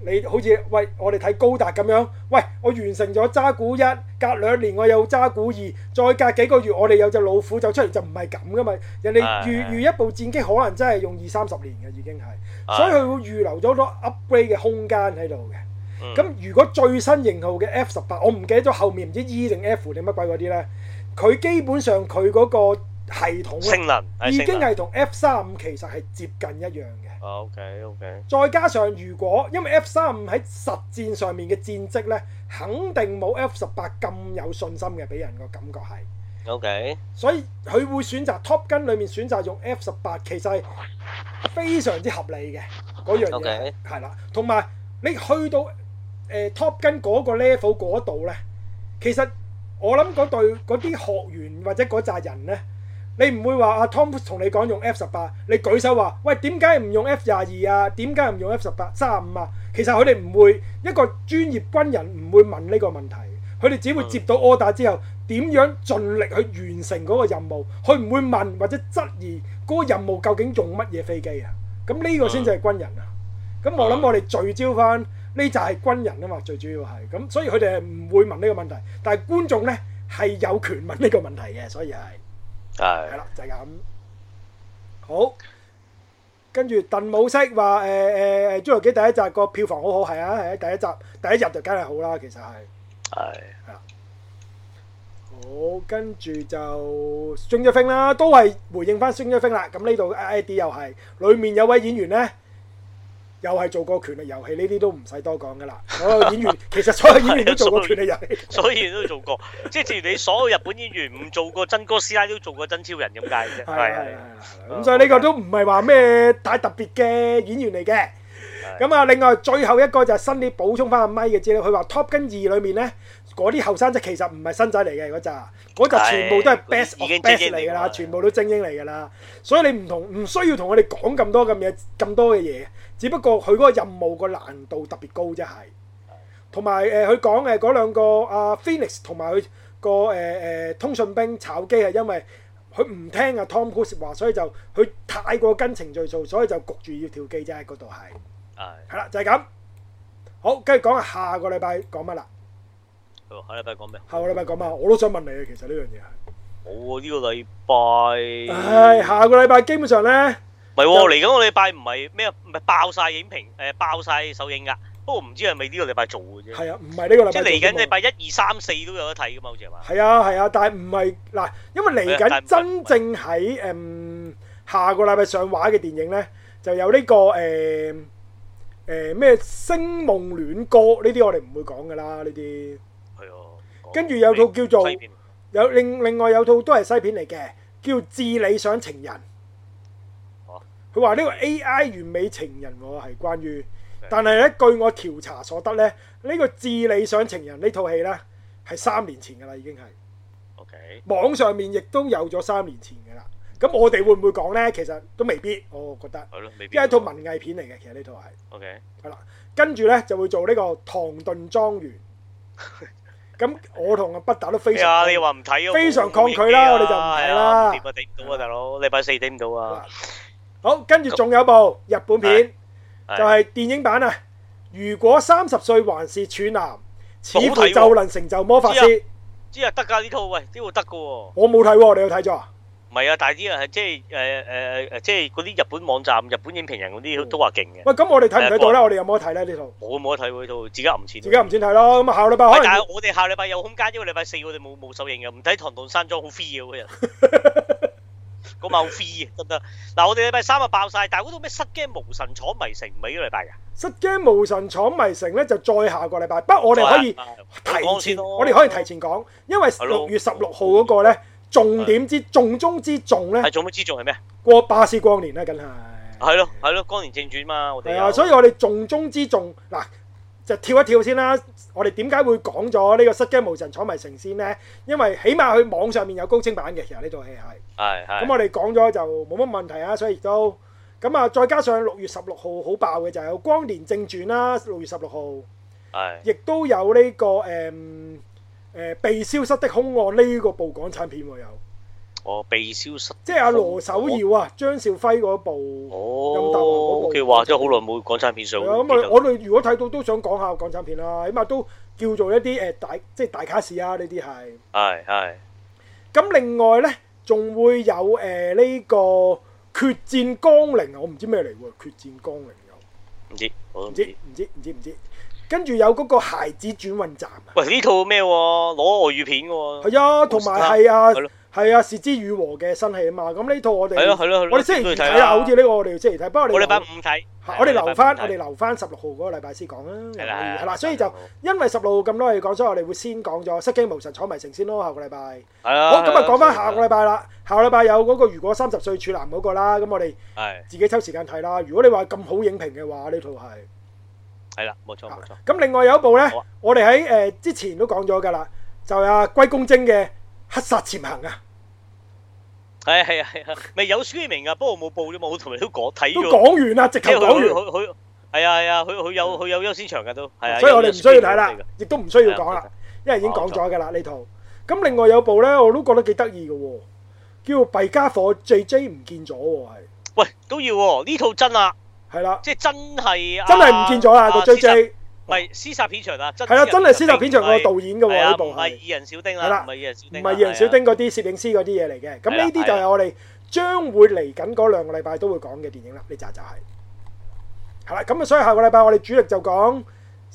B: 你好似喂我哋睇高達咁樣，喂我完成咗渣古一，隔兩年我有渣古二，再隔幾個月我哋有隻老虎走出嚟，就唔係咁噶嘛。人哋
A: 係
B: 預
A: 係
B: 預一部戰機可能真係用二三十年嘅已經係，
A: 係
B: 所以佢會預留咗好多 upgrade 嘅空間喺度嘅。
A: 嗯
B: 咁如果最新型號嘅 F 十八，我唔記得咗後面唔知 E 定 F 定乜鬼嗰啲呢，佢基本上佢嗰個系統呢
A: 性能係
B: 已
A: 性
B: 經
A: 能。
B: 係同 F 三五其實係接近一樣嘅。
A: O K O K。
B: 再加上如果因為 F 三五喺實戰上面嘅戰績呢，肯定冇 F 十八咁有信心嘅，俾人個感覺係。
A: O K。
B: 所以佢會選擇 Top Gun 裏面選擇用 F 十八，其實係非常之合理嘅嗰樣
A: OK
B: 嘢，係啦。同埋你去到誒、呃 Top Gun 嗰個 level 嗰度呢，其實我諗嗰對嗰啲學員或者嗰扎人呢，你唔會話阿啊 Tom 同你講用 F 十八，你舉手話喂點解唔用 F 廿二啊？點解唔用 F 十八、三五啊？其實佢哋唔會一個專業軍人唔會問呢個問題，佢哋只會接到 order 之後點樣盡力去完成嗰個任務，佢唔會問或者質疑嗰個任務究竟用乜嘢飛機啊？咁呢個先至係軍人啊！咁我諗我哋聚焦翻呢就係軍人啊嘛，最主要係咁，所以佢哋係唔會問呢個問題，但係觀眾呢係有權問呢個問題嘅，所以係。係
A: 係。
B: 啦，就係、咁。好，跟住鄧武飾話誒誒誒《侏羅紀》第一集個票房好好，係啊係啊，第一集第一集就梗係好啦，其實係。
A: 係。
B: 好，跟住就孫一飛啦，都係回應翻孫一飛啦。咁呢度 I D 又係，裡面有位演員呢，又係做過權力遊戲，呢啲都唔使多講噶啦。所有演 *laughs* 員其實所有演員都做過權力遊戲，
A: 所以都做過，即係正如你所有日本演員唔做過真哥師奶都做過真超人咁解啫。
B: 係啊係
A: 係
B: 係係。咁所以呢個都唔係話咩太特別嘅演員嚟嘅。咁啊，另外最後一個就係新啲補充翻阿咪嘅資料，佢話 Top Gun 二裏面咧，嗰啲後生仔其實唔係新仔嚟嘅嗰扎，嗰扎全部都係
A: 係
B: best
A: 已
B: of
A: 經
B: best
A: 精英嚟
B: 嚟㗎
A: 㗎
B: 啦，
A: 啦
B: 全部都精英嚟㗎啦。所以你唔同唔需要同我哋講咁多咁嘢咁多嘅嘢，只不過佢嗰個任務個難度特別高啫係。同埋誒，佢講誒嗰兩個阿 Phoenix 同埋佢個呃誒誒通訊兵炒機係因為佢唔聽阿 Tom Cruise 話，所以就佢太過跟程序做，所以就焗住要跳機啫嗰度係。
A: 係。
B: 係啦，就係、咁。好，跟住講下下個禮拜講乜啦？
A: 好，下禮拜講咩？
B: 下個禮拜講乜？我都想問你啊，其實呢樣嘢係。
A: 冇喎，呢個禮拜。
B: 唉，下個禮拜基本上咧，
A: 唔係喎，嚟緊個禮拜唔係咩，唔係爆晒影評，誒爆晒首映㗎。不過唔知係咪呢個禮拜做嘅啫。
B: 係啊，唔係呢個禮
A: 嗯
B: 拜。
A: 即係嚟緊禮。拜一、二、三、四都有得睇㗎嘛，好似係嘛？
B: 係啊，係啊，但係唔係嗱，因為嚟
A: 係啊
B: 緊
A: 但係
B: 真正喺誒、嗯下個禮拜上畫嘅電影咧，就有呢、個誒誒咩《星夢戀歌》呢啲，我哋唔會講噶啦，呢啲。
A: 係喎。
B: 跟住有套叫做
A: 西片
B: 有另另外有套都係西片嚟嘅，叫《致理想情人》
A: 哦。
B: 佢話呢個 A.I. 完美情人喎係關於
A: 係，
B: 但係咧據我調查所得咧，呢、個《致理想情人》呢套戲咧係三年前㗎啦，已經係
A: OK。
B: 網上面亦都有咗三年前㗎啦。咁我哋會唔會講咧？其實都未必，我覺得，
A: 係咯，未必。
B: 因為一套文藝片嚟嘅，其實呢套係。
A: OK。
B: 係啦，跟住咧就會做呢個唐頓
A: *laughs*
B: 莊園。咁我同阿北打都非
A: 咩
B: 常
A: 啊？你話唔睇啊？
B: 非常抗拒啦我哋就唔睇
A: 係
B: 啦
A: 啊唔掂啊，頂唔到啊，大佬！禮拜四頂唔到啊。
B: 好，跟住仲有部日本片，
A: 係
B: 就係電影版啊。如果三十歲還是處男，似
A: 冇
B: 乎
A: 睇喎
B: 就能成就魔法師。
A: 知啊，得㗎呢套，喂，呢套得㗎喎。
B: 我冇睇喎，你有睇咗啊？
A: 唔係啊，但係啲人係即係誒誒誒，即係嗰啲日本網站、日本影評人嗰
B: 嗯
A: 啲都話勁嘅。
B: 喂，咁我哋睇唔睇到咧？
A: 誒
B: 我哋有冇得睇咧？呢套
A: 我冇得睇喎，呢套自己揞錢。
B: 自己唔先睇咯。咁啊，下個禮拜
A: 喂
B: 可
A: 但
B: 能
A: 係我哋下禮拜啊
B: *laughs*
A: 有空間，因為禮拜四我哋冇冇首映嘅，唔睇《唐頓山莊》好 free 嘅嗰日。嗰晚好 free 啊，得唔得？嗱，我哋禮拜三啊爆晒，但係嗰度咩失驚無神闖迷城，唔係呢個禮拜㗎。
B: 失驚無神闖迷城咧，就再下個禮拜。不過我哋可以提
A: 講
B: 前，
A: 先咯
B: 我哋可以提前講，因為
A: 係咯
B: 六月十六號嗰個咧，重點之重中之重咧
A: 係，做乜之仲係咩？啊
B: 過巴斯光年啦，梗係。
A: 係咯係咯，光年正傳嘛，我哋
B: 係
A: 有
B: 啊，所以我哋重中之重嗱，就跳一跳先啦。我哋點解會講咗呢個《失驚無神闖迷城》先呢？因為起碼佢網上面有高清版嘅，其實呢套戲係。
A: 係係
B: 咁我哋講咗就冇乜問題啊，所以亦都咁啊，再加上六月十六號好爆嘅就係有《光年正傳》啦，六月十六號，
A: 係
B: 亦都有呢、個誒誒、被消失的凶案呢個部港產片喎，有
A: 哦被消失。
B: 即係阿羅守耀啊、張兆輝嗰部。
A: 哦
B: 任達華嗰部
A: ，O K，哇！真係好耐冇港產片上，
B: 係啊，咁啊，我哋如果睇到都想講下港產片啦，起碼都叫做一啲誒、呃大即係大卡士啊呢啲係。
A: 係係
B: 咁另外咧，仲會有誒呢、個決戰江陵啊，我唔知咩嚟喎，決戰江陵
A: 唔
B: 有
A: 知我都
B: 唔
A: 唔
B: 知
A: 知。
B: 唔知唔知唔知，跟住有嗰個孩子轉運站啊，
A: 喂，呢套咩喎？攞外語片嘅喎。
B: 係啊，同埋係啊
A: 哦係咯。
B: 係啊，是之與和嘅新戲啊嘛，咁呢套我哋
A: 係咯係咯係咯
B: 我哋星期
A: 都要
B: 二睇
A: 睇啊
B: 啦，
A: 啦
B: 好似呢個我哋星期二睇，不過我哋
A: 我禮拜
B: 留
A: 五睇。
B: 係我哋留翻，
A: 啊禮拜五睇
B: 我哋留翻十六號嗰個禮拜先講啦。
A: 係啦係啦
B: 係啦，所以
A: 係啦
B: 就因為十六號咁多嘢講，所以我哋會先講咗《失驚無神闖迷城》先咯，下個禮拜。
A: 係啊。
B: 好，咁啊講翻下個
A: 個
B: 禮拜啦。下個禮拜有嗰個如果三十歲處男嗰個啦，咁我哋
A: 係
B: 自己抽時間睇啦。如果你話咁好影評嘅話，呢套係。
A: 係啦，冇錯哦冇錯。
B: 咁另外有一部呢
A: 好啊，
B: 我哋喺誒之前都講咗㗎啦，就係阿龜公精嘅《黑殺潛行》啊，
A: 係係啊係係，咪有 streaming 啊？不過冇報啫嘛，我同你都講睇
B: 都
A: 咗。
B: 講完啦，直頭
A: 因為佢
B: 講完，
A: 佢佢係啊係啊，佢佢有佢有優先場㗎都係啊，
B: 所以我哋
A: 有
B: 唔需要睇啦
A: screening 嘅，
B: 亦都唔需要講啦。。因為已經講咗㗎啦呢套。咁另外有部咧，我都覺得幾得意嘅喎，叫《弊家伙 J J 唔見咗》喎，係
A: 喂，都要喎，呢套真啊，
B: 係啦，
A: 即係真係
B: 真係唔見咗啦個 J。
A: 啊
B: J，
A: 唔係屍殺片場啊，真
B: 係啦，真係《屍殺片場》個
A: 唔
B: 導演嘅
A: 係
B: 喎
A: 啊
B: 呢部
A: 唔係
B: 係，
A: 二人小丁
B: 係啦
A: 啦，唔係二人小
B: 唔
A: 丁
B: 係
A: 啦，
B: 二人小丁嗰啲攝影師嗰啲嘢嚟嘅。咁
A: 係
B: 呢
A: 啦
B: 啲就係我哋將會嚟緊嗰兩個禮拜都會講嘅電影啦，呢扎就係係啦。咁啊，所以下個禮拜我哋主力就講。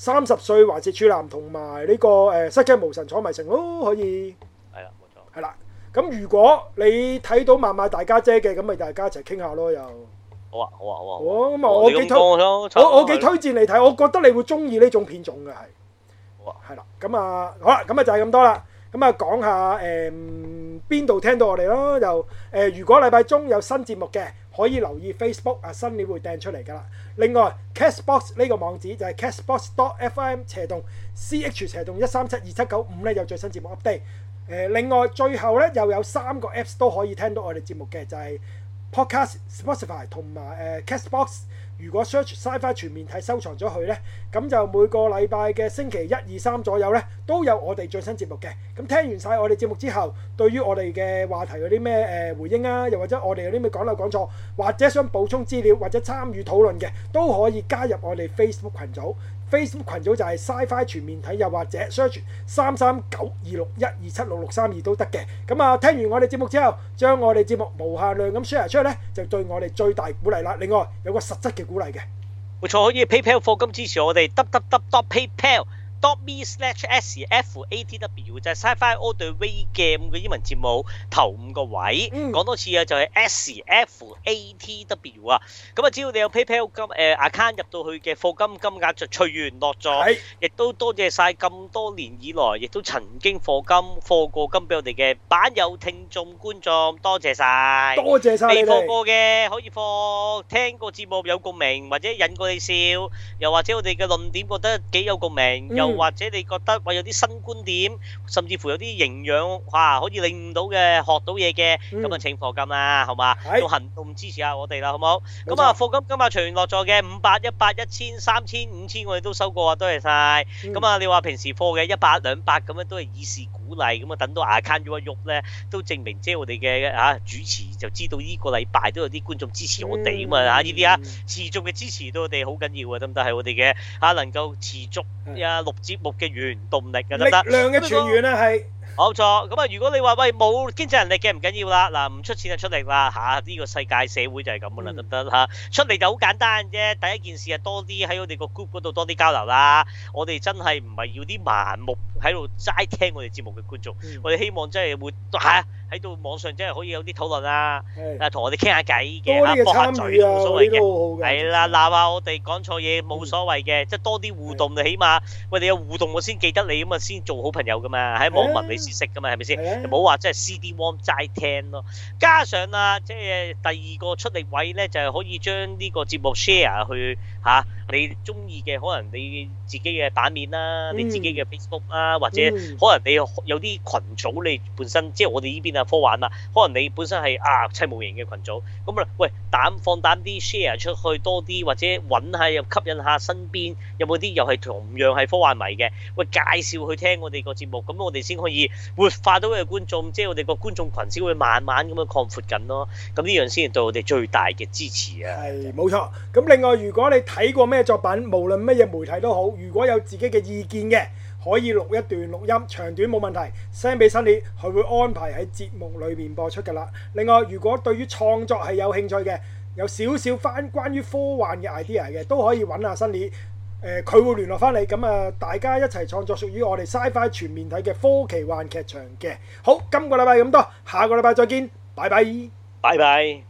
B: 三十歲還是處男同埋呢個誒失驚無神闖迷城咯，可以。
A: 係啦，冇錯，
B: 係啦，咁如果你睇到漫漫大家姐嘅，咁咪大家一齊傾下咯又。
A: 好啊好啊好啊好啊。
B: 好啊，咁啊，我
A: 你咁
B: 幾推，
A: 講咯差唔多
B: 我我幾推薦你睇，我覺得你會中意呢種片種嘅係。
A: 好啊
B: 係啦，咁啊，好啦，咁啊就係咁多啦。咁啊，講下誒邊度聽到我哋咯？就誒、如果禮拜中有新節目嘅，可以留意 Facebook 啊，新年會掟出嚟噶啦。另外，Castbox 呢個網址就係 castbox.fm 斜洞 ch 斜洞一三七二七九五咧有最新節目 update。誒、另外最後咧又有三個 Apps 都可以聽到我哋節目嘅，就係、Podcast、Spotify 同埋誒 Castbox。如果 search Sci-Fi 全面睇收藏咗佢呢，咁就每個禮拜嘅星期一、二、三左右呢，都有我哋最新節目嘅。咁聽完晒我哋節目之後，對於我哋嘅話題有啲咩誒回應啊，又或者我哋有啲咩講漏講錯，或者想補充資料或者參與討論嘅，都可以加入我哋 Facebook 群組。Facebook 群組就係 Sci-Fi 全面睇，又或者 search 三三九二六一二七六六三二都得嘅。咁啊，聽完我哋節目之後，將我哋節目無限量咁 share 出去呢，就對我哋最大鼓勵啦。另外有個實質嘅鼓勵嘅，
A: 冇錯，可以 PayPal 課金支持我哋 www.paypal。dotme slash s f a t w 就係 Sci-Fi All the Way Game 嘅英文節目頭五個位，
B: 嗯
A: 講多次啊，就係 s f a t w 啊。咁啊，只要你有 PayPal 金誒 account 入到去嘅課金金額就隨緣落座。
B: 係
A: 亦都多謝晒咁多年以來，亦都曾經課金課過金俾我哋嘅版友、聽眾、觀眾，多謝晒。
B: 多謝晒
A: 未
B: 你
A: 課
B: 哋。
A: 過嘅可以課，聽個節目有共鳴，或者引過你笑，又或者我哋嘅論點覺得幾有共鳴，
B: 嗯
A: 又或者你覺得喂有啲新觀點，甚至乎有啲營養哇可以領悟到嘅，學到嘢嘅，
B: 嗯
A: 咁啊請課金啦，好嘛？
B: 係
A: 用行動支持下我哋啦，好冇？
B: 冇錯
A: 咁啊課金今日隨緣落座嘅五百、一百、一千、三千、五千，我哋都收過啊，多謝晒。
B: 嗯
A: 咁啊，你話平時課嘅一百兩百咁樣都係以示鼓勵，咁啊等到 account 喐一喐咧，都證明即係我哋嘅啊主持就知道呢個禮拜都有啲觀眾支持我哋啊嘛
B: 嗯
A: 啊呢啲啊持續嘅支持對我哋好緊要啊，得唔得？係我哋嘅啊能夠持續
B: 係
A: 啊錄節目嘅原動力啊，得唔
B: 嗯力
A: 得？
B: 量嘅泉源啊，係
A: 冇錯，咁啊，如果你話喂冇經濟能力嘅唔緊要啦，嗱唔出錢就出力啦嚇，呢、個世界社會就係咁噶啦，
B: 嗯
A: 得唔得嚇？出力就好簡單啫，第一件事啊多啲喺我哋個 group 嗰度多啲交流啦，我哋真係唔係要啲盲目喺度齋聽我哋節目嘅觀眾，
B: 嗯
A: 我哋希望真係會 *laughs* 嚇喺到網上真係可以有啲討論啊，
B: 係
A: 啊同我哋傾下偈
B: 多
A: 嘅，啊
B: 啲嘅
A: 駁下
B: 參與
A: 嘴
B: 啊，
A: 冇所
B: 嗰
A: 謂
B: 啲
A: 嘅。
B: 都好好嘅。
A: 係啦，嗯鬧下我哋講錯嘢冇所謂嘅，即係多啲互動，你起碼喂你有互動我先記得你咁啊，先做好朋友噶嘛。喺網民你先識噶嘛，係咪先？
B: 係
A: 唔好話即係 CD warm 齋聽咯。加上啊，即係第二個出力位咧，就係、可以將呢個節目 share 去嚇、你中意嘅，可能你自己嘅版面啦，
B: 嗯
A: 你自己嘅 Facebook 啦，或者。
B: 嗯
A: 可能你有有啲群組，你本身即係我哋呢邊啊科幻啊，可能你本身係啊砌模型嘅群組，咁啊喂膽放膽啲 share 出去多啲，或者揾下又吸引下身邊有冇啲又係同樣係科幻迷嘅，喂介紹佢聽我哋個節目，咁我哋先可以活化到嘅觀眾，即係我哋個觀眾群先會慢慢咁樣擴闊緊咯，咁呢樣先係對我哋最大嘅支持啊！
B: 係冇錯。咁另外，如果你睇過咩作品，無論乜嘢媒體都好，如果有自己嘅意見嘅，可以錄一段錄音，長短冇問題，send 俾新年，佢會安排喺節目裏面播出㗎啦。另外，如果對於創作係有興趣嘅，有少少翻關於科幻嘅 idea 嘅，都可以揾下新年。誒佢、會聯絡翻你，咁啊大家一齊創作屬於我哋 Sci-Fi 全面睇嘅科奇幻劇場嘅。好，今個禮拜咁多，下個禮拜再見，拜拜。
A: 拜拜。